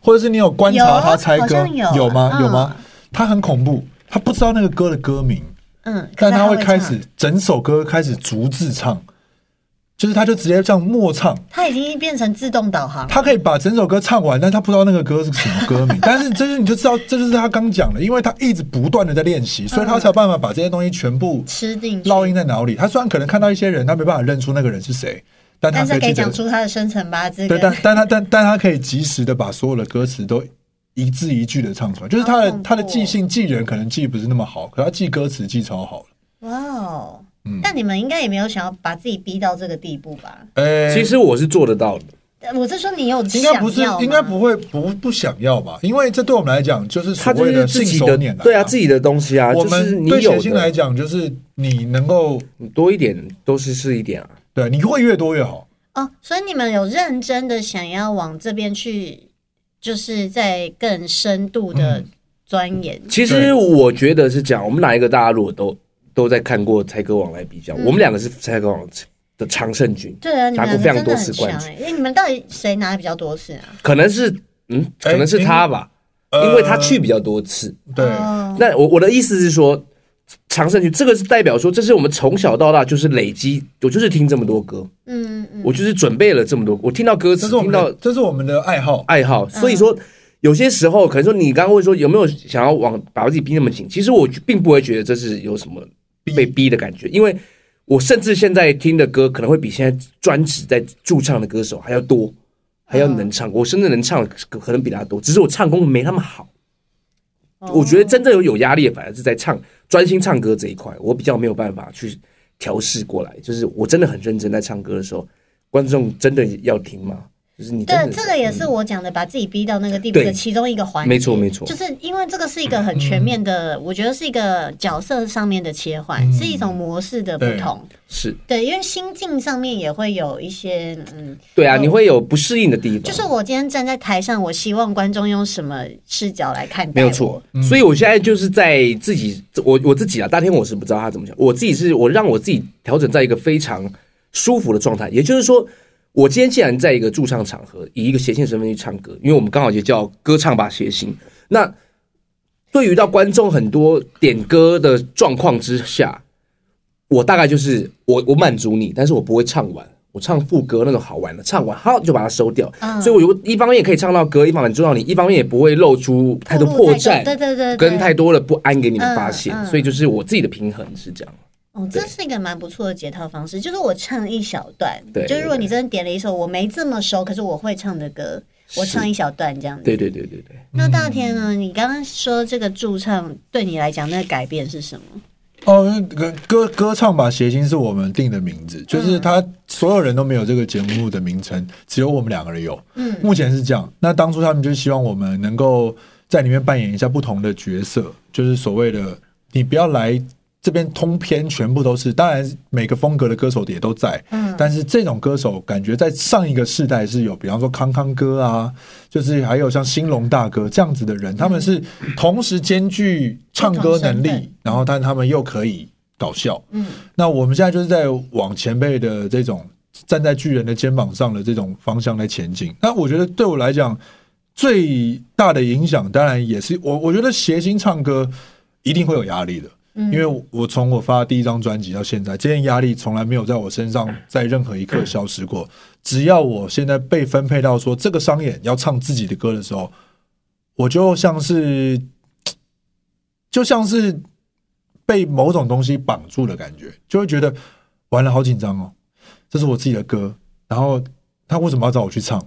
C: 或者是你有观
B: 有
C: 察他猜
B: 好
C: 歌
B: 像有
C: 吗？
B: 嗯
C: 有吗？他很恐怖，他不知道那个歌的歌名，
B: 嗯，可
C: 但
B: 是
C: 他会开
B: 唱
C: 始，整首歌开始逐字唱，就是他就直接这样默唱。
B: 他已经变成自动导航。
C: 他可以把整首歌唱完，但他不知道那个歌是什么 歌名。但是这是你就知道，这就是他刚讲的，因为他一直不断的在练习，所以他才有办法把这些东西全部
B: 吃进去，
C: 烙印在脑里。他虽然可能看到一些人，他没办法认出那个人是谁，但他
B: 但
C: 可
B: 是
C: 以
B: 可以
C: 记得
B: 讲，出他的生辰八字
C: 对，
B: 跟
C: 但但他但但他可以及时的把所有的歌词都。一字一句的唱出来，就是他
B: 好
C: 的
B: 恐怖哦
C: 他的记性记人可能记不是那么好，可他记歌词记超好了。
B: 哇哦。
C: 嗯
B: 但你们应该也没有想要把自己逼到这个地步吧？
C: 呃
A: 其实我是做得到的。
B: 呃我是说，你有
C: 应该不是
B: 想要，吗
C: 应该不会不不想要吧？因为这对我们来讲就是所
A: 他就
C: 谓
A: 是自
C: 信
A: 己
C: 手
A: 的
C: 拈来，
A: 对啊，
C: 嘛
A: 自己的东西啊，
C: 我
A: 就是
C: 们
A: 你
C: 对
A: 有
C: 写信来
A: 的
C: 讲，就是你能够
A: 多一点都是是一点啊。
C: 对，你会越多越好。
B: 哦，所以你们有认真的想要往这边去，就是在
A: 嗯
B: 更深度的钻研。
A: 其实我觉得是这样，我们哪一个大家如果都都在看过猜歌王来比
C: 嗯
A: 较，我们两个是猜歌王的常胜军，
B: 对啊，你
A: 拿
B: 们
A: 过
B: 两
A: 非常多
B: 个真的
A: 次
B: 很
A: 冠
B: 强
A: 军，
B: 哎、因为你们到底谁拿的比较多次啊？
A: 可能是嗯，可能是
C: 哎
A: 他吧，
C: 因
A: 因为他去比较多次。
C: 对，
B: 哦
A: 那我我的意思是说，常胜军这个是代表说，这是我们从小到大就是累积，我就是听这么多歌，
B: 嗯嗯，
A: 我就是准备了这么多，我听到歌
C: 这
A: 词，
C: 是我
A: 听
C: 们
A: 到
C: 的，这是我们的爱好。
A: 爱好，
B: 嗯
A: 所以说。有些时候，可能说你刚刚问说有没有想要往把自己逼那么紧，其实我并不会觉得这是有什么被逼的感觉，因为我甚至现在听的歌可能会比现在专职在驻唱的歌手还要多，还要能
B: 嗯
A: 唱。我甚至能唱的可能比他多，只是我唱功没他们好。
B: 哦
A: 我觉得真正有有压力，反而是在唱专心唱歌这一块，我比较没有办法去调试过来。就是我真的很认真在唱歌的时候，观众真的要听吗？就是你真
B: 对
A: 的，嗯
B: 这个也是我讲的，把自己逼到那个地步
A: 对
B: 的其中一个环节。
A: 没错没错嗯
B: 就是因为这个是一个很全面的，我觉得是一个角色上面的切换，是一
A: 嗯
B: 种模式的不
C: 对
B: 同。
A: 是
B: 对，因为心境上面也会有一些，嗯，
A: 对啊，
B: 嗯
A: 你会有不适应的地方，
B: 就是我今天站在台上，我希望观众用什么视角来看待
A: 没有
B: 我
A: 错。所以我现在就是在自己，我我自己啊，大天我是不知道他怎么想，我自己是我让我自己调整在一个非常舒服的状态，也就是说。我今天既然在一个驻唱场合，以一个谐星身份去唱歌，因为我们刚好也叫歌唱吧谐星。那对于到观众很多点歌的状况之下，我大概就是我我满足你，但是我不会唱完，我唱副歌那种好玩的，唱完好就把它收掉。
B: 嗯
A: 所以我有一方面也可以唱到歌，一方面满足到你，一方面也不会露出太多破绽，
B: 对对对，对
A: 跟太多的不安给你们发现。
B: 嗯嗯
A: 所以就是我自己的平衡是这样。
B: 哦，这是一个蛮不错的解套方式，就是我唱一小段，
A: 对
B: 就是如果你真的点了一首我没这么熟，可是我会唱的歌，我唱一小段这样子。
A: 对对对对对，
B: 那大天呢？你刚刚说这个驻唱对你来讲，那个改变是什么？
C: 哦，那个歌歌唱吧谐星是我们定的名
B: 嗯
C: 字，就是他所有人都没有这个节目的名称，只有我们两个人有。
B: 嗯，
C: 目前是这样。那当初他们就希望我们能够在里面扮演一下不同的角色，就是所谓的你不要来这边通篇全部都是，当然每个风格的歌手也都在，
B: 嗯
C: 但是这种歌手感觉在上一个世代是有，比方说康康哥啊，就是还有像兴隆大哥这样子的
B: 嗯
C: 人，他们是同时兼具唱
B: 不
C: 歌能
B: 同身
C: 力
B: 份，
C: 然后但他们又可以搞笑，
B: 嗯，
C: 那我们现在就是在往前辈的这种站在巨人的肩膀上的这种方向来前进。那我觉得对我来讲最大的影响，当然也是我我觉得谐星唱歌一定会有压力的，因为我我从我发第一张专辑到现在，这件压力从来没有在我身上在任何一刻消失过。只要我现在被分配到说这个商演要唱自己的歌的时候，我就像是就像是被某种东西绑住的感觉，就会觉得完了好紧张哦，这是我自己的歌，然后他为什么要找我去唱？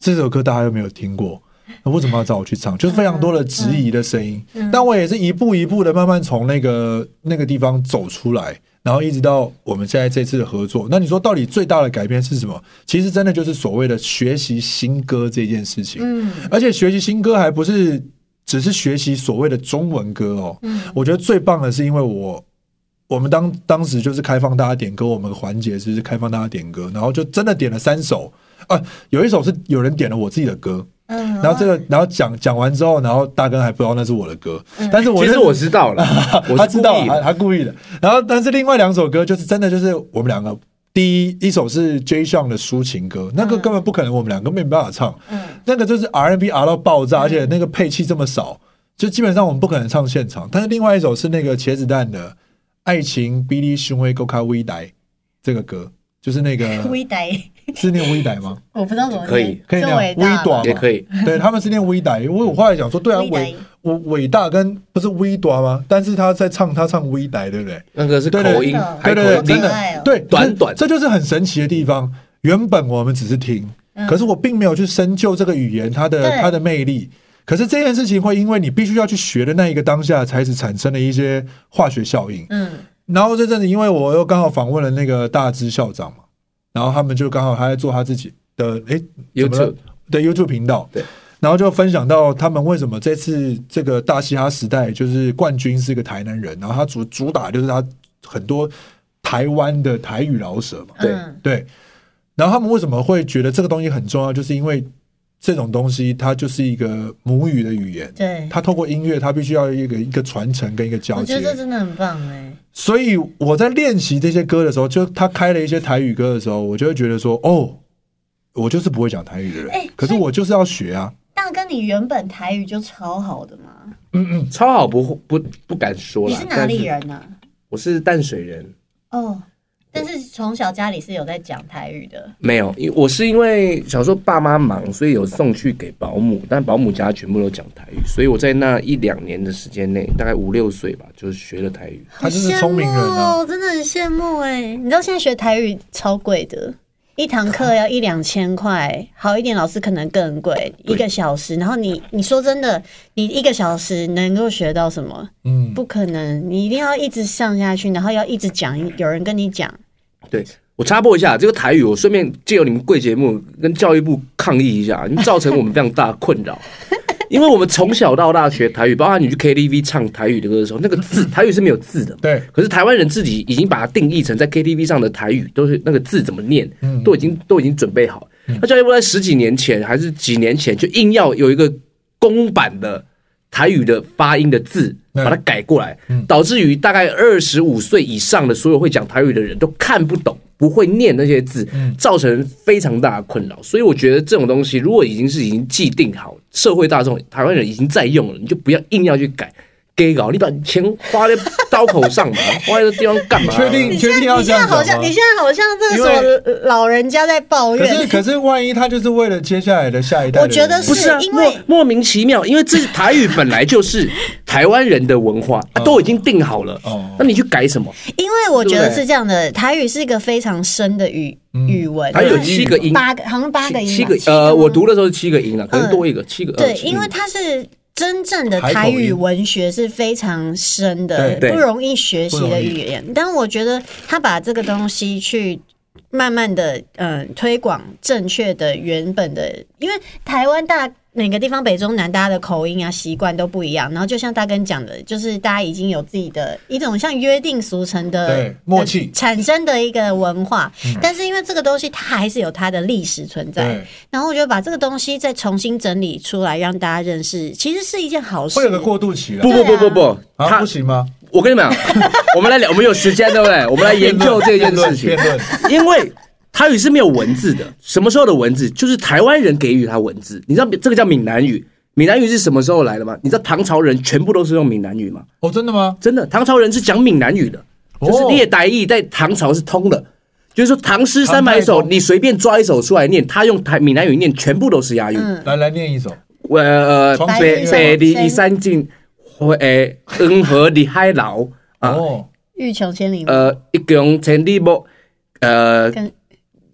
C: 这首歌大家又没有听过，那为什么要找我去唱？就是非常多的质疑的声音。但我也是一步一步的慢慢从那个那个地方走出来，然后一直到我们现在这次的合作。那你说到底最大的改变是什么？其实真的就是所谓的学习新歌这件事情。
B: 嗯
C: 而且学习新歌还不是只是学习所谓的中文歌哦。
B: 嗯
C: 我觉得最棒的是，因为我我们当当时就是开放大家点歌，我们的环节就是开放大家点歌，然后就真的点了三首啊，有一首是有人点了我自己的歌，
B: 嗯，
C: 然后这个然后讲讲完之后，然后大根还不知道那是我的歌，
B: 嗯
C: 但是我
A: 其
C: 认
A: 实我知道了，我
C: 他
A: 是
C: 知
A: 故
C: 道
A: 意
C: 他
A: 的。
C: 他故意的。然后，但是另外两首歌就是真的就是我们两个，第一一首是 J. s h a n 的抒情歌，那个根本不可能，我们两个没办法唱。
B: 嗯
C: 那个就是 R&B R 到爆炸，而且那个配器这么少，就基本上我们不可能唱现场。但是另外一首是那个茄子蛋的《爱情比利熊威 g o k a 微带》这个歌，就是那个
B: 微呆，
C: 是念微带 吗？
B: 我不知道怎么念
A: 可以
C: 可以那
B: 就
C: 样
B: 伟大
C: 微短
B: 了
A: 也可以，
C: 对他们是念微带，因为我后来想说，对啊，
B: 微带
C: 伟我伟大跟不是微短吗？但是他在唱他唱微带，对不对？
A: 那个是
C: 对对
A: 口音，
C: 对
A: 海
C: 对
A: 口
C: 对，
A: 音
B: 真
C: 真
B: 的
C: 的
B: 爱哦
C: 对
A: 短
C: 这
A: 短
C: 这就是很神奇的地方。原本我们只是听，可是我并没有去深究这个语言它的
B: 对
C: 它的魅力。可是这件事情会因为你必须要去学的那一个当下，才是产生了一些化学效应。
B: 嗯
C: 然后这阵子，因为我又刚好访问了那个大支校长嘛，然后他们就刚好他在做他自己的诶怎么了
A: YouTube
C: 对 YouTube 频道，
A: 对，
C: 然后就分享到他们为什么这次这个大嘻哈时代就是冠军是个台南人，然后他主主打就是他很多台湾的台语饶舌嘛，
A: 对
B: 嗯
C: 对，然后他们为什么会觉得这个东西很重要，就是因为这种东西它就是一个母语的语言，
B: 对，
C: 它透过音乐，它必须要有一个一个传承跟一个交
B: 我
C: 接，
B: 觉得这真的很棒哎，
C: 所以我在练习这些歌的时候，就他开了一些台语歌的时候，我就会觉得说，哦，我就是不会讲台语的人，
B: 哎
C: 可是
B: 所以
C: 我就是要学啊。
B: 大哥，你原本台语就超好的嘛？
C: 嗯
A: 超好不不不敢说
B: 你
A: 啦。
B: 是哪
A: 但
B: 里？人呢、
A: 我是淡水人，
B: 哦，但是从小家里是有在讲台语的。
A: 没有，因我是因为小时候爸妈忙，所以有送去给保姆，但保姆家全部都讲台语，所以我在那一两年的时间内，大概五六岁吧，就是学了台语。
C: 他就是聪明人啊
B: 好羡慕哦，真的很羡慕哎、你知道现在学台语超贵的，一堂课要一两千块，好一点老师可能更贵，一个小时。然后你你说真的，你一个小时能够学到什么？
C: 嗯，
B: 不可能，你一定要一直上下去，然后要一直讲，有人跟你讲。
A: 对我插播一下，这个台语，我顺便借由你们贵节目跟教育部抗议一下，你们造成我们非常大的困 扰。因为我们从小到大学台语，包括你去 KTV 唱台语的歌的时候，那个字台语是没有字的嘛。
C: 嗯对，
A: 可是台湾人自己已经把它定义成在 KTV 上的台语，都是那个字怎么念，
C: 嗯
A: 都已经都已经准备好。那教育部在十几年前还是几年前，就硬要有一个公版的台语的发音的字，
C: 嗯
A: 把它改过来，导致于大概二十五岁以上的所有会讲台语的人都看不懂。不会念那些字，
C: 嗯
A: 造成非常大的困扰。所以我觉得这种东西，如果已经是已经既定好，社会大众台湾人已经在用了，你就不要硬要去改。给搞，你把钱花在刀口上 嘛，花在这地方干嘛？
C: 确定确定要
B: 你
C: 这
B: 现在
C: 样
B: 好
C: 讲
B: 像，
C: 吗
B: 你？现在好像这
C: 因
B: 个什么老人家在抱
C: 可是
B: 怨。
C: 可是，万一他就是为了接下来的下一代
B: 我
C: 的人，
B: 觉得
A: 不是啊
B: 是，因为
A: 莫莫名其妙，因为这台语本来就是台湾人的文化，啊都已经定好了
C: 哦，
A: 那你去改什么？
B: 因为我觉
A: 对
B: 得
A: 不对
B: 是这样的，台语是一个非常深的语语文，
A: 嗯它有七个音，
B: 八个，好像八个音吧，
A: 七个
B: 七个
A: 呃，我
B: 吗嗯
A: 读的时候是七个音了，可能多一个七个。
B: 对，
A: 呃
B: 因为它是真正的
C: 嗯海口
B: 台语
C: 音
B: 文学是非常深
C: 对
B: 的，
A: 对
B: 不容易学习
C: 不容
B: 的
C: 易
B: 语言。但我觉得他把这个东西去慢慢的呃推广正确的原本的，因为台湾大。每个地方北中南大家的口音啊习惯都不一样，然后就像大根讲的，就是大家已经有自己的一种像约定俗成的呃
C: 对默契嗯
B: 产生的一个文化，但是因为这个东西它还是有它的历史存在，
C: 对，
B: 然后我觉得把这个东西再重新整理出来，让大家认识，其实是一件好事。
C: 会有个过渡期了
A: 不。不不不不，
C: 啊，
A: 他
C: 不行吗？
A: 我跟你 们讲，我们来聊，我们有时间对不对？我们来研究这件事情
C: 辩。论，
A: 因为台语是没有文字的，什么时候的文字？就是台湾人给予它文字。你知道这个叫闽南语，闽南语是什么时候来的吗？你知道唐朝人全部都是用闽南语吗？
C: 哦，真的吗？
A: 真的，唐朝人是讲闽南语的，就是
C: 哦
A: 列代义在唐朝是通的。就是说，唐诗三百
C: 唐
A: 首，
C: 太宗
A: 你随便抓一首出来念，他用台闽南语念，全部都是押韵。
B: 嗯
C: 来来念一首，
A: 我呃，
C: 从
A: 北
C: 此
A: 北离
B: 生
A: 一山尽，回诶，恩和离海老啊，
C: 哦，
B: 欲穷千里目，
A: 呃，一共千里目，呃，
B: 跟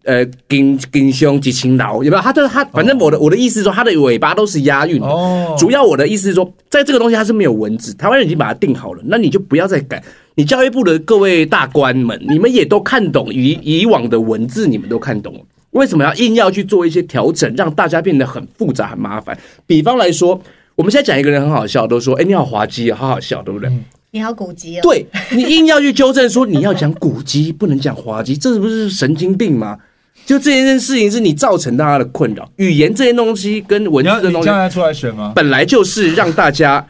A: 呃，金金胸及勤劳，有没有？他就是他，反正我的、我的意思是说，他的尾巴都是押韵的。
C: 哦
A: 主要我的意思是说，在这个东西它是没有文字，台湾人已经把它定好了，那你就不要再改。你教育部的各位大官们，你们也都看懂以以往的文字，你们都看懂了，为什么要硬要去做一些调整，让大家变得很复杂、很麻烦？比方来说，我们现在讲一个人很好笑，都说：“哎、你好滑稽啊，好好笑，对不对？”
B: 你好古籍哦。，
A: 对你硬要去纠正说你要讲古籍，不能讲滑稽，这是不是神经病吗？就这件事情是你造成大家的困扰，语言这些东西跟文
C: 你要
A: 字的
C: 你
A: 东西
C: 将，来出来选吗？
A: 本来就是让大家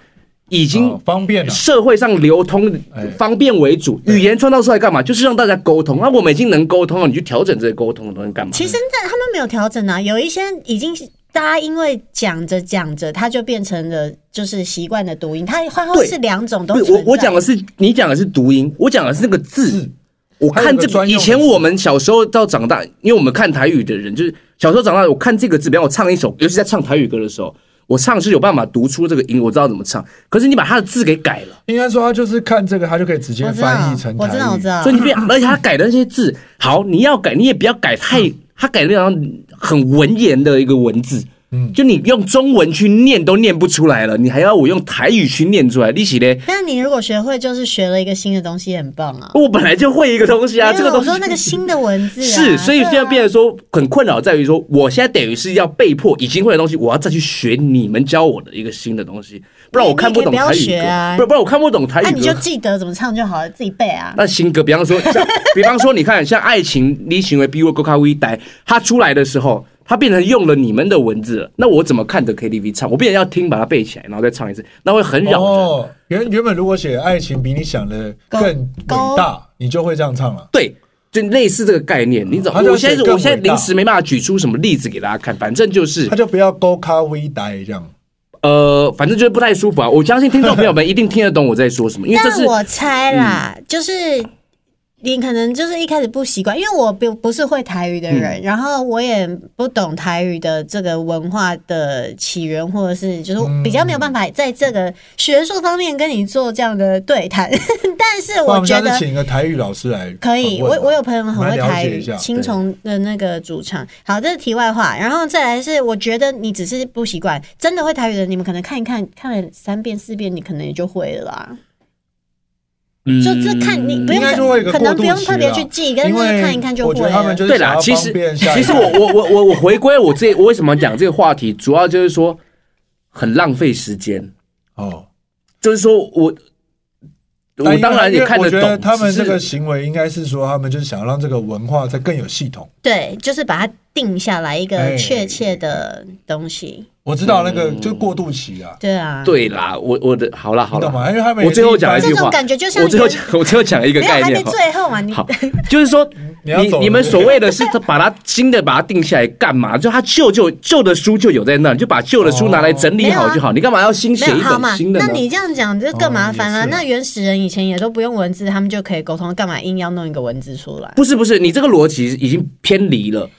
A: 已经
C: 哦方便了，
A: 社会上流通
C: 哎
A: 方便为主，语言创造出来干嘛？就是让大家沟通。啊那我们已经能沟通了，你去调整这些沟通的东西干嘛？
B: 其实但他们没有调整啊，有一些已经是大家因为讲着讲着，它就变成了就是习惯的读音，它它会
A: 对
B: 是两种都
A: 不是
B: 存
A: 我
B: 在。
A: 我讲的是你讲的是读音，我讲的是那个字。我看这
C: 它有个专
A: 以
C: 用的字
A: 前我们小时候到长大，因为我们看台语的人，就是小时候长大，我看这个字，比方我唱一首，尤其在唱台语歌的时候，我唱是有办法读出这个音，我知道怎么唱。可是你把它的字给改了，
C: 应该说他就是看这个，他就可以直接
B: 我知
C: 翻
B: 道
C: 译成，
B: 我知道，
C: 台
B: 我
C: 语
B: 知道
A: 所以。你变，而且他改的那些
B: 嗯
A: 字，好，你要改，你也不要改太，他改的那种很文言的一个文字。嗯，就你用中文去念都念不出来了，你还要我用台语去念出来，你起嘞？
B: 那你如果学会，就是学了一个新的东西，很棒啊！
A: 我本来就会一个东西啊，
B: 没
A: 这个
B: 有
A: 东
B: 我
A: 西
B: 说那个新的文字啊，
A: 是，所以现在变得说很困扰，在于说我现在等于是要被迫已经会的东西，我要再去学你们教我的一个新的东西，不然我看不懂台
B: 你也可以
A: 语
B: 不要学
A: 歌，
B: 啊
A: 不不然我看不懂台
B: 那、
A: 语
B: 你就
A: 歌。
B: 记得怎么唱就好了，自己背啊。
A: 那新歌，比 方说，像比方说，你看，像《爱情》，你行为比我更靠微呆，它出来的时候，它变成用了你们的文字了，那我怎么看着 KTV 唱？我变成要听，把它背起来，然后再唱一次，那会很扰人。
C: 哦，原原本如果写爱情比你想的更
B: 高
C: 伟大，你就会这样唱了。
A: 对，就类似这个概念。你怎
C: 它
A: 么？
C: 就
A: 我现在
C: 是
A: 是
C: 更
A: 我现在
C: 伟大
A: 临时没办法举出什么例子给大家看，反正就是
C: 他就不要勾咖微呆这样。
A: 呃，反正就是不太舒服啊。我相信听众朋友们一定听得懂我在说什么，因为这
B: 但
A: 是
B: 我猜啦，
C: 嗯
B: 就是你可能就是一开始不习惯，因为我不不是会台语的
C: 嗯
B: 人，然后我也不懂台语的这个文化的起源，或者是就是比较没有
C: 嗯
B: 办法在这个学术方面跟你做这样的对谈。 但是
C: 那我
B: 我
C: 们
B: 觉
C: 下
B: 得
C: 次请一个台语老师来
B: 可以，
C: 访
B: 我
C: 问啊
B: 我有朋友很会
C: 来了
B: 台
C: 解
B: 语
C: 一下，
B: 青虫的那个主唱。好，这是题外话。然后再来是，我觉得你只是不习惯，真的会台语的，你们可能看一看，看了三遍四遍，你可能也就会了啊啦。
A: 嗯
B: 就这看你不用
C: 应该就会有一个
B: 可能不用
C: 过渡期
B: 特别
C: 啦
B: 去记，但是
C: 因为
B: 看一看就
C: 我
B: 会
C: 觉得他
B: 了
C: 们。就是
A: 对
C: 想
A: 啦，
C: 要
A: 其
C: 方
A: 实
C: 便下一
A: 其实
C: 个
A: 我我我我我回归我这我为什么讲这个话题，主要就是说很浪费时间，
C: 哦，
A: 就是说我我当然也看
C: 因为
A: 得
C: 我觉得
A: 懂，
C: 他们这个
A: 只是
C: 行为应该是说，他们就是想让这个文化再更有系统。
B: 对，就是把它定下来一
C: 哎
B: 个确切的东西。
C: 我知道那个就过渡期啊，
B: 对啊，，
A: 对啦，我我的好啦好
C: 你懂
A: 啦，
C: 吗？因为他们
A: 我最后讲一
B: 这
A: 句
B: 种
A: 话
B: 感觉就像
A: 我最后
B: 你
A: 讲我最后讲一个
B: 没有
A: 概
B: 还没
A: 念哈。
B: 最后嘛，啊你
A: 好，就是说，
C: 你要
A: 你
C: 走了
A: 你们
C: 对
A: 所谓的是把它新的把它定下来干嘛？就它旧就旧的书就有在那，你就把旧的书拿
C: 哦
A: 来整理好就好。你干嘛要新写
B: 啊没有
A: 一
B: 好
A: 本
B: 嘛
A: 新？的
B: 那
A: 呢？
B: 你这样讲就更麻烦了、
C: 哦也是啊
B: 那原始人以前也都不用文字，他们就可以沟通，干嘛硬要弄一个文字出 来？
A: 不是不是，你这个逻辑已经偏离了，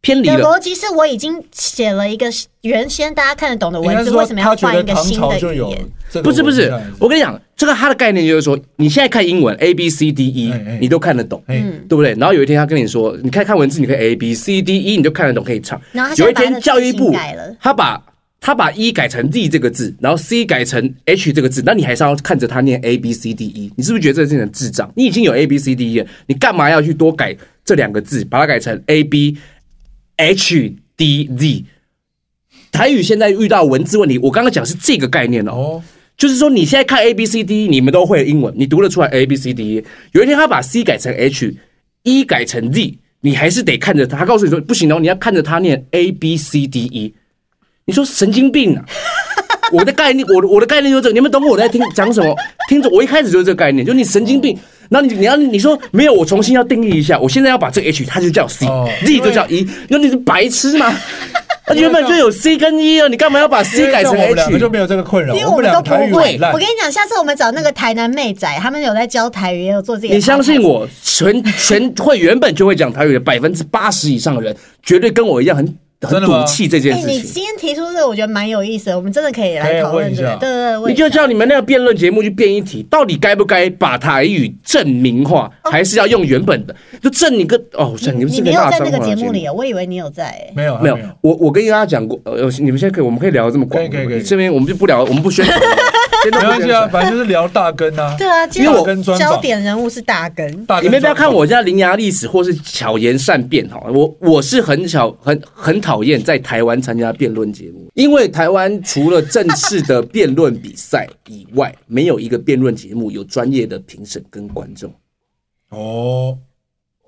A: 偏离
B: 的
A: 了。
B: 逻辑是我已经写了一个原先大家看得懂的
C: 应该
B: 文
C: 是
B: 字，
C: 说
B: 为什么要
C: 他觉
B: 换
C: 得
B: 一个
C: 唐
B: 新
C: 朝
B: 的
C: 就
B: 语
C: 有
B: 言？
C: 这个
A: 不是不是
C: 文化，
A: 我跟你讲，这个它的概念就是说，你现在看英文 A B C D E，
C: 哎哎
A: 你都看得懂，
C: 哎
A: 对不对？然后有一天他跟你说，你看看文字，你可以 A B C D E，你就看得懂，可以唱。
B: 然后他
A: 有一
B: 现在把他
A: 天
B: 的
A: 教育
B: 字形
A: 部
B: 改了
A: 他把他把 E 改成 D 这个字，然后 C 改成 H 这个字，那你还是要看着他念 A B C D E，你是不是觉得这件事情很智障？你已经有 A B C D E 了，你干嘛要去多改这两个字，把它改成 A B H D Z？台语现在遇到文字问题，我刚刚讲是这个概念哦
C: 哦，
A: 就是说，你现在看 A B C D，E，你们都会英文，你读得出来 A B C D。E。有一天他把 C 改成 H，E 改成 Z，你还是得看着他。他告诉你说不行哦，你要看着他念 A B C D E。你说神经病 啊！我的概念，我的我的概念就是这个，你们懂我在听讲什么？听着，我一开始就是这个概念，就是你神经病。然后你你要你说没有，我重新要定义一下，我现在要把这个 H 它就叫 C，Z、
C: 哦
A: 就叫 E，那你是白痴 吗？那原本就有 C 跟 E 了，你干嘛要把 C 改成
C: 因为像我们两个
A: H？
C: 就没有这个困扰，
B: 因为
C: 我
B: 我
C: 们
B: 们
C: 两
B: 都
C: 个
B: 不
C: 台语
B: 会
C: 很。烂
B: 我跟你讲，下次我们找那个台南妹仔，他们有在教台语，也有做自己的。
A: 你相信？我，全全会原本就会讲台语的百分之八十以上的人，绝对跟我一样很很
C: 真的吗
A: 赌气这件
B: 哎、
A: 事
B: 你
A: 情。
B: 今天提出这个，我觉得蛮有意思的，我们真的可以
C: 可以
B: 来讨
C: 问
B: 论
C: 一
B: 这个
C: 下。
B: 对对对，问
A: 你
B: 一下
A: 就叫你们那个辩论节目去辩一题，到底该不该把台语证明化，还是要用原本的？就证你个哦，我操你们
B: 你
A: 是
B: 没
A: 没
B: 有
A: 办法
B: 在
A: 脏
B: 那个
A: 话
B: 节
A: 的
B: 目里，哦我以为你有在、哎
C: 啊没有
A: 没有
C: 还有，
A: 我我跟大家讲过，呃，你们现在可以，我们可以聊得这么广，
C: 可以可以可以
A: 这边我们就不聊，我们不宣传， 没
C: 没关系啊，。反正就是聊大根啊，
B: 对啊，今
C: 因为我
B: 天焦点人物是大根，
C: 大根
A: 你们不要
C: 专
A: 看我家伶牙俐齿或是巧言善辩哈，我我是很巧很很讨厌在台湾参加辩论节目，因为台湾除了正式的辩论比赛以外，没有一个辩论节目有专业的评审跟观众。
C: 哦，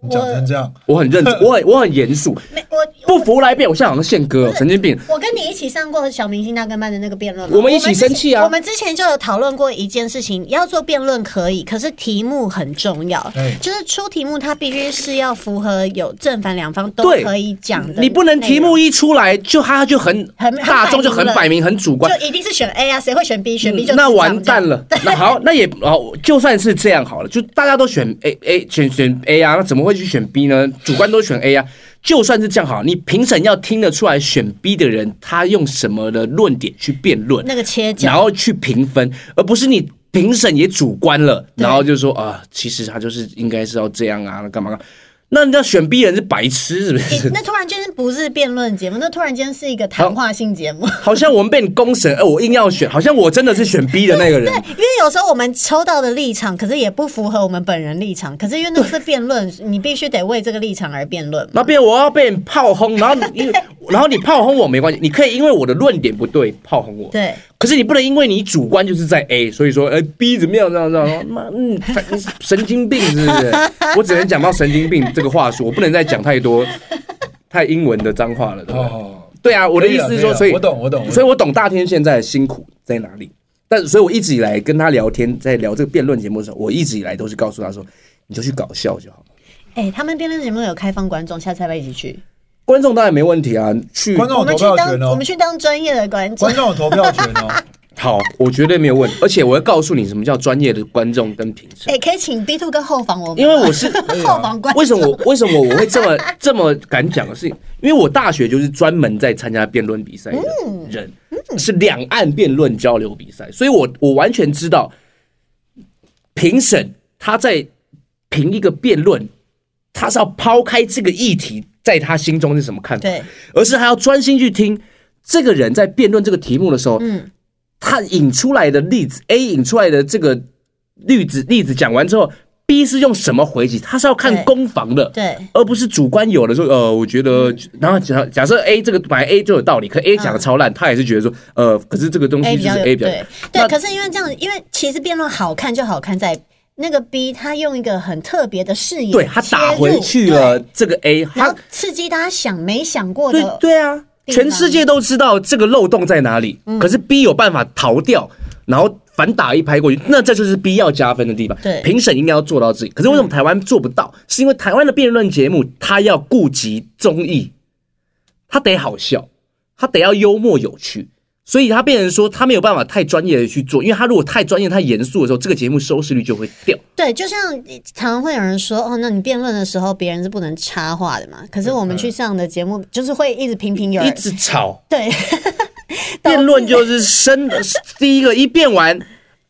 C: 你讲成这样，
A: 我很认真，我很我很严肃，
B: 没我
A: 不服来辩。我现在好像宪哥、哦，神经病。
B: 我跟你一起上过小明星大跟班的那个辩论吗，
A: 我们一起生气啊
B: 我们之前我们之前就有讨论过一件事情，要做辩论可以，可是题目很重要，
C: 哎
B: 就是出题目它必须是要符合有正反两方都
A: 对
B: 可以讲的内容，
A: 你不能题目一出来就他就很
B: 很很
A: 大众就很摆明很主观，
B: 就一定是选 A 啊，谁会选 B？选 B 就
A: 嗯那
B: 智障
A: 完蛋了。 那好，那也哦，就算是这样好了，就大家都选 A A 选选 A 啊，那怎么会去选 B 呢？主观都选 A 啊。就算是这样好，你评审要听得出来选 B 的人他用什么的论点去辩论，
B: 那个切
A: 然
B: 角。
A: 后去评分，而不是你评审也主观了，
B: 对
A: 然后就说啊，其实他就是应该是要这样啊，干嘛干嘛。那人家选 B 人是白痴是不 是？
B: 那突然间不是辩论节目，那突然间是一个谈话性节目。
A: 好像我们被你公审，哎、我硬要选，好像我真的是选 B 的那个人。
B: 因为有时候我们抽到的立场，可是也不符合我们本人立场。可是因为那是辩论，你必须得为这个立场而辩论嘛。
A: 那边我要被你炮轰，然后你，因为然后你炮轰我没关系，你可以因为我的论点不对炮轰我，
B: 对，
A: 可是你不能因为你主观就是在 A，所以说哎 B 怎么样这样这样，妈嗯反你神经病是不是？我只能讲到神经病这个话术，我不能再讲太多太英文的脏话了，对不对？
C: 哦，
A: 对啊，我的意思是说，所以
C: 我懂，我懂，
A: 所以我懂大天现在的辛苦在哪里。但所以，我一直以来跟他聊天，在聊这个辩论节目的时候，我一直以来都是告诉他说，你就去搞笑就好。
B: 哎、他们辩论节目有开放观众，下次要不要一起去？
A: 观众当然没问题啊，去
C: 观众
B: 我
C: 有
B: 们
C: 投
B: 去
C: 票
B: 当
C: 权
B: 我
C: 哦
B: 们，去当专业的观众
C: 观。众有投票权 哦。
A: 好，我绝对没有问，而且我会告诉你什么叫专业的观众跟评审
B: 哎、。可以请 B two 哥后访我们，
A: 因为我是
C: 以啊
B: 后访观众。
A: 为什么我为什么我会这么这么敢讲的事情？因为我大学就是专门在参加辩论比赛的人，是两岸辩论交流比赛，所以我我完全知道评审他在评一个辩论，他是要抛开这个议题在他心中是什么看法，
B: 对，
A: 而是他要专心去听这个人在辩论这个题目的时候，
B: 嗯，
A: 他引出来的例子，A 引出来的这个例子例子讲完之后，B 是用什么回击？他是要看
B: 对
A: 攻防的，
B: 对，嗯
A: 而不是主观有的说，呃，我觉得，然后假假设 A 这个本来 A 就有道理，可 A 讲的超烂，他也是觉得说，呃，可是这个东
B: A
A: 西
B: 比
A: 就
B: 较
A: 是
B: 有
A: A 表，
B: 对
A: 那
B: 对，可是因为这样，因为其实辩论好看就好看在那个 B，他用一个很特别的视野，
A: 对他打回去了，这个 A，
B: 对，然
A: 他
B: 后刺激大家想没想过
A: 对
B: 的，
A: 对啊，
B: 地
A: 全
B: 方嗯
A: 世界都知道这个漏洞在哪里，可是 B 有办法逃掉，然后反打一拍过去，那这就是 B 要加分的地方。
B: 对
A: 评审应该要做到这里，可是为什么台湾做不到？是因为台湾的辩论节目，它要顾及综艺，它得好笑，它得要幽默有趣。所以它变成说，它没有办法太专业的去做，因为它如果太专业、太严肃的时候，这个节目收视率就会掉。
B: 对，就像常常会有人说，哦，那你辩论的时候别人是不能插话的嘛。可是我们去上的节目，就是会一直频频有
A: 嗯一
B: 人
A: 直吵，
B: 对
A: 辩论就是生 第一个一辩完，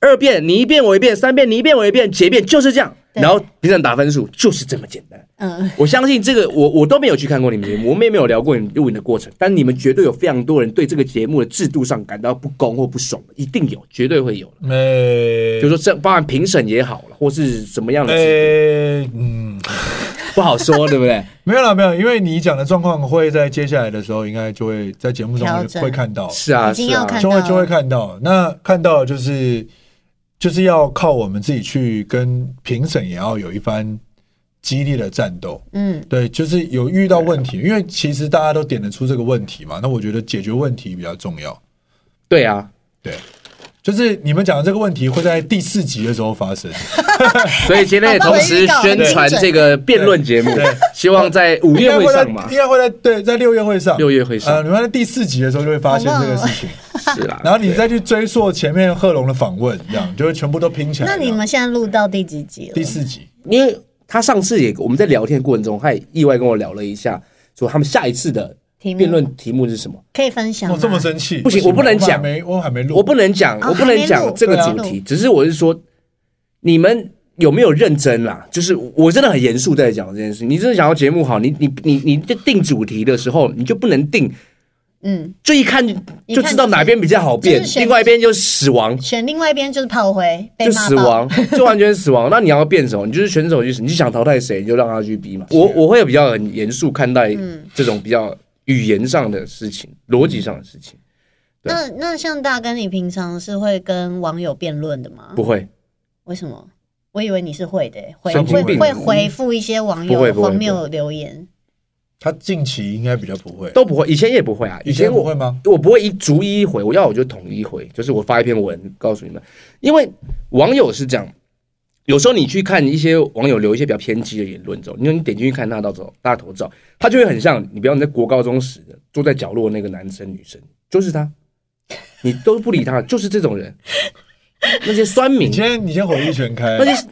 A: 二辩你一辩我一辩，三辩你一辩我一辩，结辩就是这样。
B: 对
A: 然后评审打分数就是这么简单。
B: 嗯，
A: 我相信这个，我我都没有去看过你们节目，我们也没有聊过你们录影的过程，但你们绝对有非常多人对这个节目的制度上感到不公或不爽的，一定有，绝对会有。
C: 呃
A: 比
B: 嗯
A: 如说这包含评审也好了，或是什么样 的制
C: 呃，嗯，
A: 度，不好说，对不对？
C: 没有啦，没有，因为你讲的状况会在接下来的时候，应该就会在节目中
B: 调
C: 会
B: 整
C: 会看到，
A: 是啊，
B: 已经
A: 是啊
B: 要看
C: 就
B: 到
C: 会就会看到。那看到就是就是要靠我们自己去跟评审也要有一番激烈的战斗。
B: 嗯，
C: 对，就是有遇到问题，因为其实大家都点得出这个问题嘛。那我觉得解决问题比较重要。
A: 对啊，
C: 对，就是你们讲的这个问题会在第四集的时候发生。
A: 所以今天也
B: 好吧
A: 同
B: 我
A: 时
B: 预告
A: 宣传
B: 很精准
A: 这个辩论节目
C: 对对，
A: 希望在五
C: 应
A: 月
C: 该
A: 会
C: 会在
A: 上嘛
C: 应，该会在对，在六月会上，
A: 六月会上
C: 呃，你们在第四集的时候就会发现这个事 情，
A: 是啦。
C: 然后你再去追溯前面贺龙的访问，这样就会全部都拼起来
A: 啊
B: 那
C: 了。
B: 你们现在录到第几集
C: 第
B: 了？
C: 四集
A: 因为他上次也我们在聊天过程中，他也意外跟我聊了一下，说他们下一次的
B: 题目
A: 辩论题目是什么。
B: 可以分享
C: 我
B: 吗？
C: 哦这么生气，
A: 不行我不能讲
C: 我还没我还没录，
A: 我不能讲，
B: 哦
A: 我不能
B: 还没
A: 讲
B: 录
A: 这个主
B: 对啊
A: 题，只是我是说，你们有没有认真啦？就是我真的很严肃在讲这件事。你真的想要节目好，你你你你在定主题的时候，你就不能定，
B: 嗯，
A: 就一看就知道哪边比较好
B: 就是
A: 辩，
B: 选
A: 另外一边就死亡。
B: 选另外一边就是炮灰，被
A: 就
B: 骂
A: 死
B: 爆。
A: 亡，就完全死亡。那你要变什么？你就是选手去死，你就想淘汰谁，你就让他去逼嘛。
B: 啊
A: 我我会比较很严肃看待
B: 嗯
A: 这种比较语言上的事情、逻辑上的事情。对
B: 那那像大哥，你平常是会跟网友辩论的吗？
A: 不会，
B: 为什么？我以为你是会的、欸回
C: 神经
B: 会
C: 病
B: 会回复一些网
A: 不会
B: 友
A: 不会
B: 荒谬留言。
C: 他近期应该比较不会，
A: 都不会。以前也不会啊，以前
C: 不
A: 我
C: 会吗？
A: 我不会一逐一回，我要我就统一回，就是我发一篇文告诉你们，因为网友是这样。有时候你去看一些网友留一些比较偏激的言论之后，你说你点进去看他到照大头照，他就会很像你，比方你在国高中时的坐在角落的那个男生女生，就是他，你都不理他，就是这种人。那些酸民
C: 你，先你先火力全开
A: 那，就是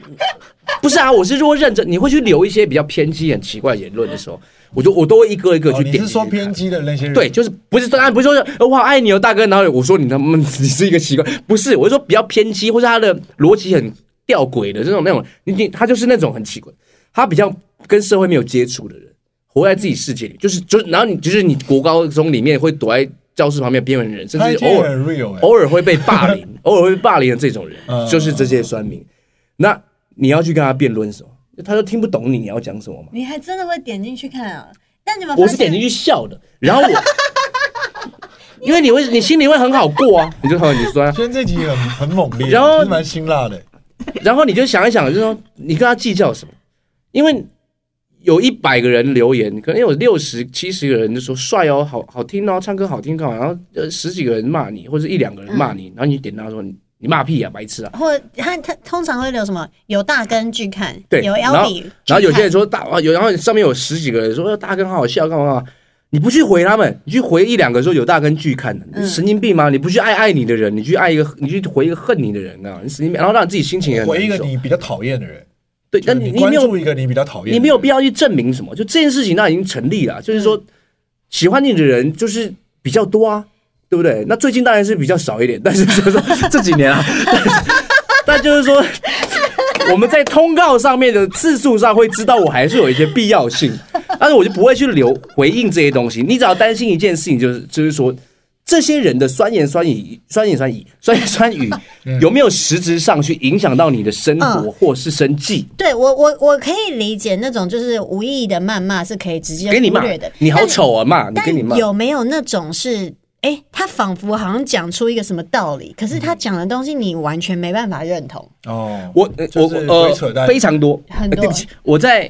A: 不是啊？我是说认真，你会去留一些比较偏激、很奇怪的言论的时候，我就我都会一个一个
C: 哦
A: 去
C: 你
A: 点进去看、
C: 是说偏激的那些人？
A: 对，，就是不是当然不是说呃我好爱你哦，大哥，然后我说你他妈你是一个奇怪，不是，我是说比较偏激，或是他的逻辑很吊诡的这种那种，你你他就是那种很奇怪，他比较跟社会没有接触的人，活在自己世界里，就是就是，然后你就是你国高中里面会躲在教室旁边边缘人，甚
C: 他
A: 至
C: 已经
A: 偶尔
C: 很 real 哎、
A: 偶尔会被霸凌，偶尔会被霸凌的这种人，
C: 嗯
A: 就是这些酸民。那你要去跟他辩论什么？他就听不懂你你要讲什么嘛。
B: 你还真的会点进去看啊？但你们
A: 我是点进去笑的，然后我，因为你会，你心里会很好过啊，你就很你酸，
C: 今天哎这集很很猛烈，
A: 然后
C: 其实蛮辛辣的、
A: 然后你就想一想，就是说你跟他计较什么？因为有一百个人留言，可能有六十、七十个人就说帅哦，好好听哦，唱歌好听哦，然后呃十几个人骂你，或者一两个人骂你，然后你点他说你你骂屁啊，白痴啊。
B: 或他他通常会留什么有大根去看，
A: 对
B: 有
A: 然后
B: L B，
A: 然后有些人说大啊有，然后上面有十几个人说呃大根好好笑干嘛干嘛，你不去回他们，你去回一两个说有大根拒看的，你是神经病吗？你不去爱爱你的人，你去爱一个，你去回一个恨你的人啊，你神经病，然后让自己心情也很
C: 回一个
A: 难受
C: 你比较讨厌的人，
A: 对，但
C: 就是
A: 你
C: 你
A: 你
C: 关
A: 没有
C: 注一个你比较讨厌的人，
A: 你没有必要去证明什么，就这件事情那已经成立了，就是
C: 嗯
A: 说喜欢你的人就是比较多啊，对不对？那最近当然是比较少一点，但是就是说这几 年啊，但是但就是说。我们在通告上面的次数上会知道，我还是有一些必要性，但是我就不会去留回应这些东西。你只要担心一件事情，就是就是说，这些人的酸言酸语、酸言酸语、酸言酸语有没有实质上去影响到你的生活
B: 嗯
A: 或是生计？
B: 对我我我可以理解那种就是无意义的谩骂是可以直接
A: 给你
B: 忽
A: 骂
B: 略的，，
A: 你好丑啊！骂你，
B: 但
A: 给你骂。
B: 有没有那种是，哎、他仿佛好像讲出一个什么道理，可是他讲的东西你完全没办法认同。
C: 哦，
A: 我呃
C: 就
A: 我
C: 是鬼扯
A: 呃
C: 淡
A: 非常多，
B: 很多
A: 呃对不起，我在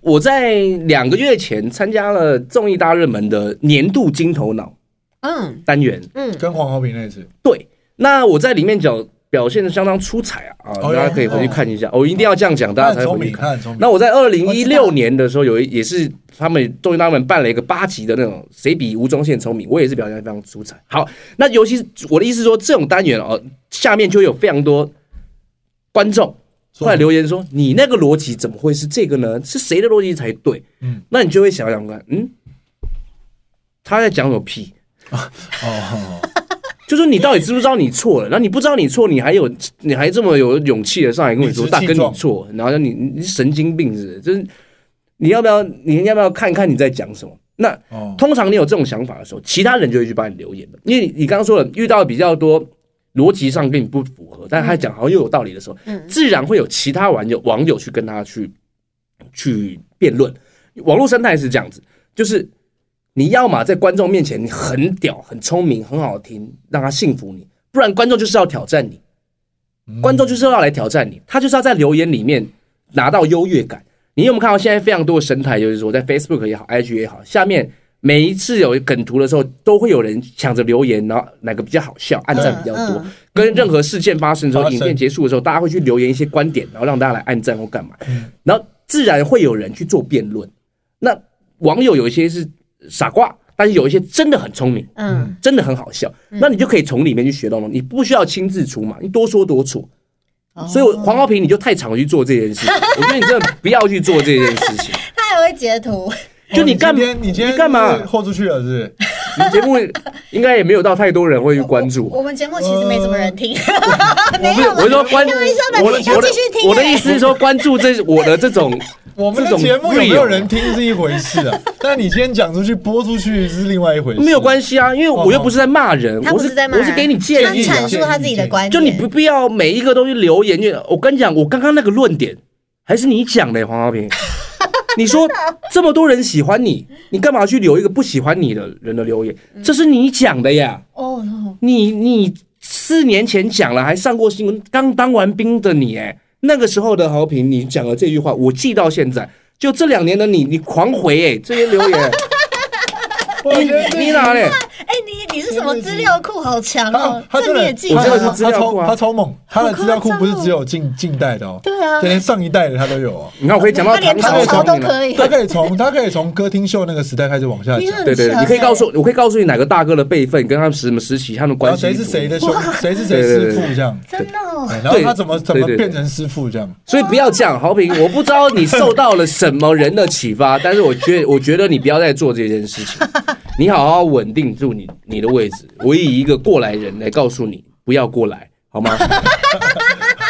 A: 我在两个月前参加了综艺大热门的年度金头脑
B: 嗯
A: 单元，
B: 嗯，
C: 跟黄豪平那一次，
A: 对，那我在里面讲表现的相当出彩啊啊，
C: 哦
A: 大家可以回去看一下，我一定要这样讲，大家
C: 他
A: 才
C: 很
A: 会
C: 聪
A: 回去
C: 明，
A: 看。
C: 他很聪明
A: 那。我在二零一六年的时候，有一也是他们终于他们办了一个八集的那种谁比吴宗宪聪明，我也是表现得非常出彩。好，那尤其是我的意思是说，这种单元哦，下面就有非常多观众
C: 说
A: 后来留言说，你那个逻辑怎么会是这个呢？是谁的逻辑才对？
C: 嗯
A: 嗯，那你就会想想看，嗯，他在讲什么屁？
C: 哦，
A: 就说你到底知不知道你错了？然后你不知道你错，你还有你还这么有勇气的上来跟我说
C: 理直
A: 大
C: 气
A: 哥你
C: 壮
A: 错，然后你你你神经病是不是？就是你要不要你要不要看看你在讲什么？那
C: 哦，
A: 通常你有这种想法的时候，其他人就会去帮你留言了，因为你你刚刚说了，遇到比较多逻辑上跟你不符合，但他讲好像又有道理的时候，
B: 嗯
A: 自然会有其他网友网友去跟他去去辩论。网络生态是这样子，就是你要嘛在观众面前你很屌、很聪明、很好听，让他信服你，不然观众就是要挑战你，观众就是要来挑战你，他就是要在留言里面拿到优越感。你有没有看到现在非常多的生态，就是说在 Facebook 也好、IG 也好，下面每一次有梗图的时候，都会有人抢着留言，然后哪个比较好笑，按赞比较多。
B: 嗯嗯
A: 跟任何事件发生之后，
C: 发生
A: 影片结束的时候，大家会去留言一些观点，然后让大家来按赞或干嘛，
C: 嗯
A: 然后自然会有人去做辩论。那网友有一些是傻瓜，但是有一些真的很聪明，
B: 嗯，
A: 真的很好笑。那你就可以从里面去学到东西，你不需要亲自出马，你多说多错。
B: 哦
A: 所以我黄浩平，你就太常去做这件事 情，我觉得你真的不要去做这件事情。
B: 他还会截图，
A: 就你干
C: 今天哦你今天
A: 你干嘛
C: 是豁出去了是不是？
A: 你节目应该也没有到太多人会去关注吧。
B: 我们节目其实没什么人听，
A: 我
B: 没
A: 不是，
B: 有
A: 我是说关，
B: 有医生
A: 我的
B: 们要
A: 我的
B: 继续听
A: 我的
B: 欸
A: 意思是说关注这我的 这种
C: 我们的
A: 这种啊
C: 节目有没有
A: real
C: 人听是一回事啊，但你今天讲出去播出去是另外一回事。
A: 没有关系啊，因为我又不是在骂人，
B: 哦他
A: 我
B: 不是在骂
A: 我
B: 人，
A: 是给你建议
B: 他
A: 啊
B: 阐，述他自己的观点，
A: 就你不必要每一个都去留言。就我跟你讲，我刚刚那个论点还是你讲的，黄浩 平。你说这么多人喜欢你，你干嘛去留一个不喜欢你的人的留言？这是你讲的呀。
B: 哦哦
A: 你你四年前讲了，还上过新闻，刚当完兵的你，哎，那个时候的好评，你讲了这句话，我记到现在。就这两年的你，你狂回哎，这些留 言，
C: 哇，今天这
A: 你你哪嘞？
B: 哎、你你是什么资料库好强
C: 他
B: 哦，
C: 他真
B: 这
C: 的
B: 你也记
A: 我知道
B: 得
A: 是
C: 他
B: 哦？
A: 资料库啊
C: 他超他超猛，他的资料库
B: 好夸张哦
C: 不是只有近近代的哦，
B: 对啊
C: 连上一代的他都有哦。
A: 你看我可以讲到
B: 他连
A: 唐
B: 唐
A: 朝的
B: 朝都
A: 你了
B: 可以，
C: 他可以从他可以从歌厅秀那个时代开始往下
B: 你
C: 讲，
B: 很
A: 对对对，
B: 强
A: 你可以
B: 欸
A: 告诉我，我可以告诉你哪个大哥的辈分，跟他们什么时期，他们
C: 然
A: 关
C: 后
A: 系。
C: 啊谁是谁的兄，谁是谁
A: 对
C: 师
A: 对对
C: 傅这样，
B: 真的哦，
C: 哎然后
A: 对
C: 他怎么怎么
A: 对对对
C: 变成师傅这样。
A: 所以不要这样，豪平，我不知道你受到了什么人的启发，但是我觉我觉得你 不要再做这件事情，你好好稳定住你你的位置。我以一个过来人来告诉你，不要过来，好吗？
B: 不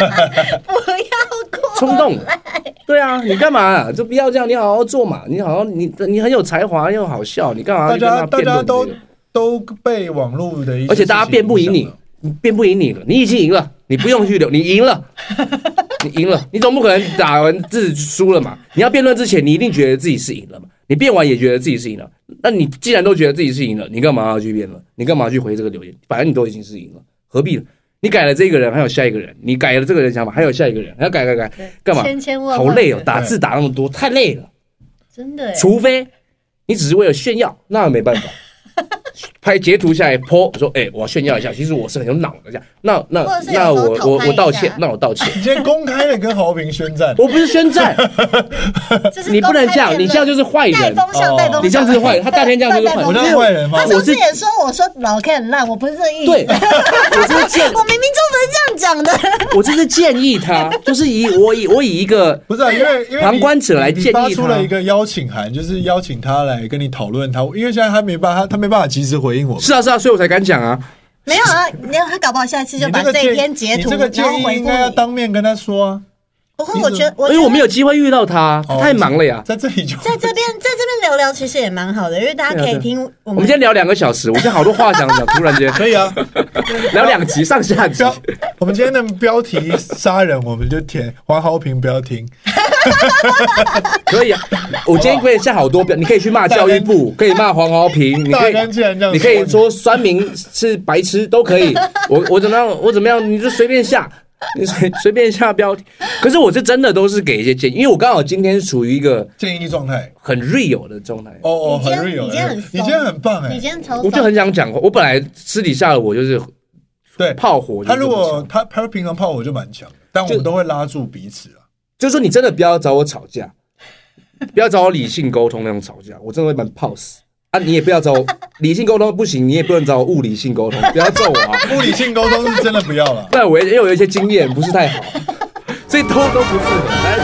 B: 要过
A: 冲动，对啊，你干嘛、就不要这样，你好好做嘛，你好好你你很有才华又好笑，你干嘛
C: 大
A: 去跟
C: 家
A: 他
C: 大
A: 辩
C: 家
A: 论这
C: 都
A: 个？
C: 都被网络的一些
A: 而且大家
C: 事情
A: 辩不赢
C: 影
A: 你
C: 响了，
A: 辩不赢你了，你已经赢了，你不用去留，你赢 了，你赢了，你总不可能打完字输了嘛？你要辩论之前，你一定觉得自己是赢了嘛？你辩完也觉得自己是赢了，那你既然都觉得自己是赢了，你干嘛要去辩论？你干嘛去回这个留言？反正你都已经是赢了，何必呢？你改了这个人，还有下一个人；你改了这个人想法，还有下一个人，还要改改改，干嘛？
B: 千千万
A: 好
B: 万
A: 累哦，
B: 个
A: 打字打那么多，太累了。
B: 真的耶，
A: 除非你只是为了炫耀，那没 办法。拍截图下来剖，说：“哎、我要炫耀一下，其实我是很有脑的。”这样，那那
B: 或者是有时
A: 那
B: 候
A: 我
B: 偷
A: 我
B: 拍
A: 我
B: 一
A: 道
B: 下
A: 歉，那我道歉。
C: 你今天公开的跟豪平宣 战，
A: 我不是宣 战，
B: 这是
A: 你不能
B: 公开
A: 这样，
B: 辩
A: 你这样
B: 论
A: 就是坏
B: 带
A: 人，
B: 风向，带风向，
A: 你这样就是坏人。他大天这样就是坏
B: 带
A: 人
B: 风
C: 我
B: 向。
C: 那是坏人吗
B: 他？
A: 我
B: 上
A: 是
B: 次也说我说老 K 很烂，我不是这意思。
A: 对，我这是建，
B: 我明明就不是这样讲的。
A: 我这是建议他，就是以我以我以一个
C: 不是、啊，因为因为你
A: 旁观者来
C: 你
A: 建议
C: 发出
A: 他
C: 了一个邀请函，就是邀请他来跟你讨论他，因为现在他没办法，他他没办法及时回应我们。
A: 是啊是啊，所以我才敢讲啊。
B: 没有啊，没有，他搞不好下一次就
C: 你
B: 把
C: 个
B: 这
C: 建
B: 一篇截图，
C: 你这个
B: 然
C: 建
B: 后
C: 议
B: 回
C: 应
B: 复
C: 该要
B: 你。
C: 当面跟他说啊。
B: 不会，
C: 你
B: 我
C: 怎
B: 觉得，
A: 因为我没有机会遇到他，他
C: 哦
A: 太忙了呀。
C: 在这里就
B: 在这边，在这边聊聊，其实也蛮好的，因为大家可以听我
A: 我们今天聊两个小时，我现在好多话想讲，突 然间
C: 可 以啊。
A: 聊两集上下集。
C: 标，我们今天的标题杀人，我们就填黄豪平不要听。
A: 可以啊， 我今天可以下好多标，你可以去骂教育部，可以骂黄豪平，你可
C: 啊大
A: 以
C: 干竟然这样，
A: 你可以说酸民是白痴都可 以，我我怎么样我怎么样，你就随便下，你随随便下标题。可是我是真的都是给一些建议，因为我刚好今天处于一个
C: 建议状态。
A: 很 real 的状态。
C: 哦哦，
B: 你今
C: 很
B: 天
C: real，
B: 你今天很
C: 你今天很棒
B: 你
C: 哎
B: 今。天超
A: 我就很想讲话，我本来私底下的我就是
C: 对，
A: 炮火就是
C: 他
A: 这
C: 如
A: 么强，
C: 果他他平常泡我就蛮强的，但我
A: 就
C: 们都会拉住彼此啊。
A: 就是说你真的不要找我吵架，不要找我理性沟通那种吵架，我真的会蛮泡死啊！你也不要找我理性沟通不行，你也不能找我物理性沟通，不要揍我啊！
C: 物理性沟通是真的不要了。
A: 那我也因为我有一些经验不是太好，所以都都不是。来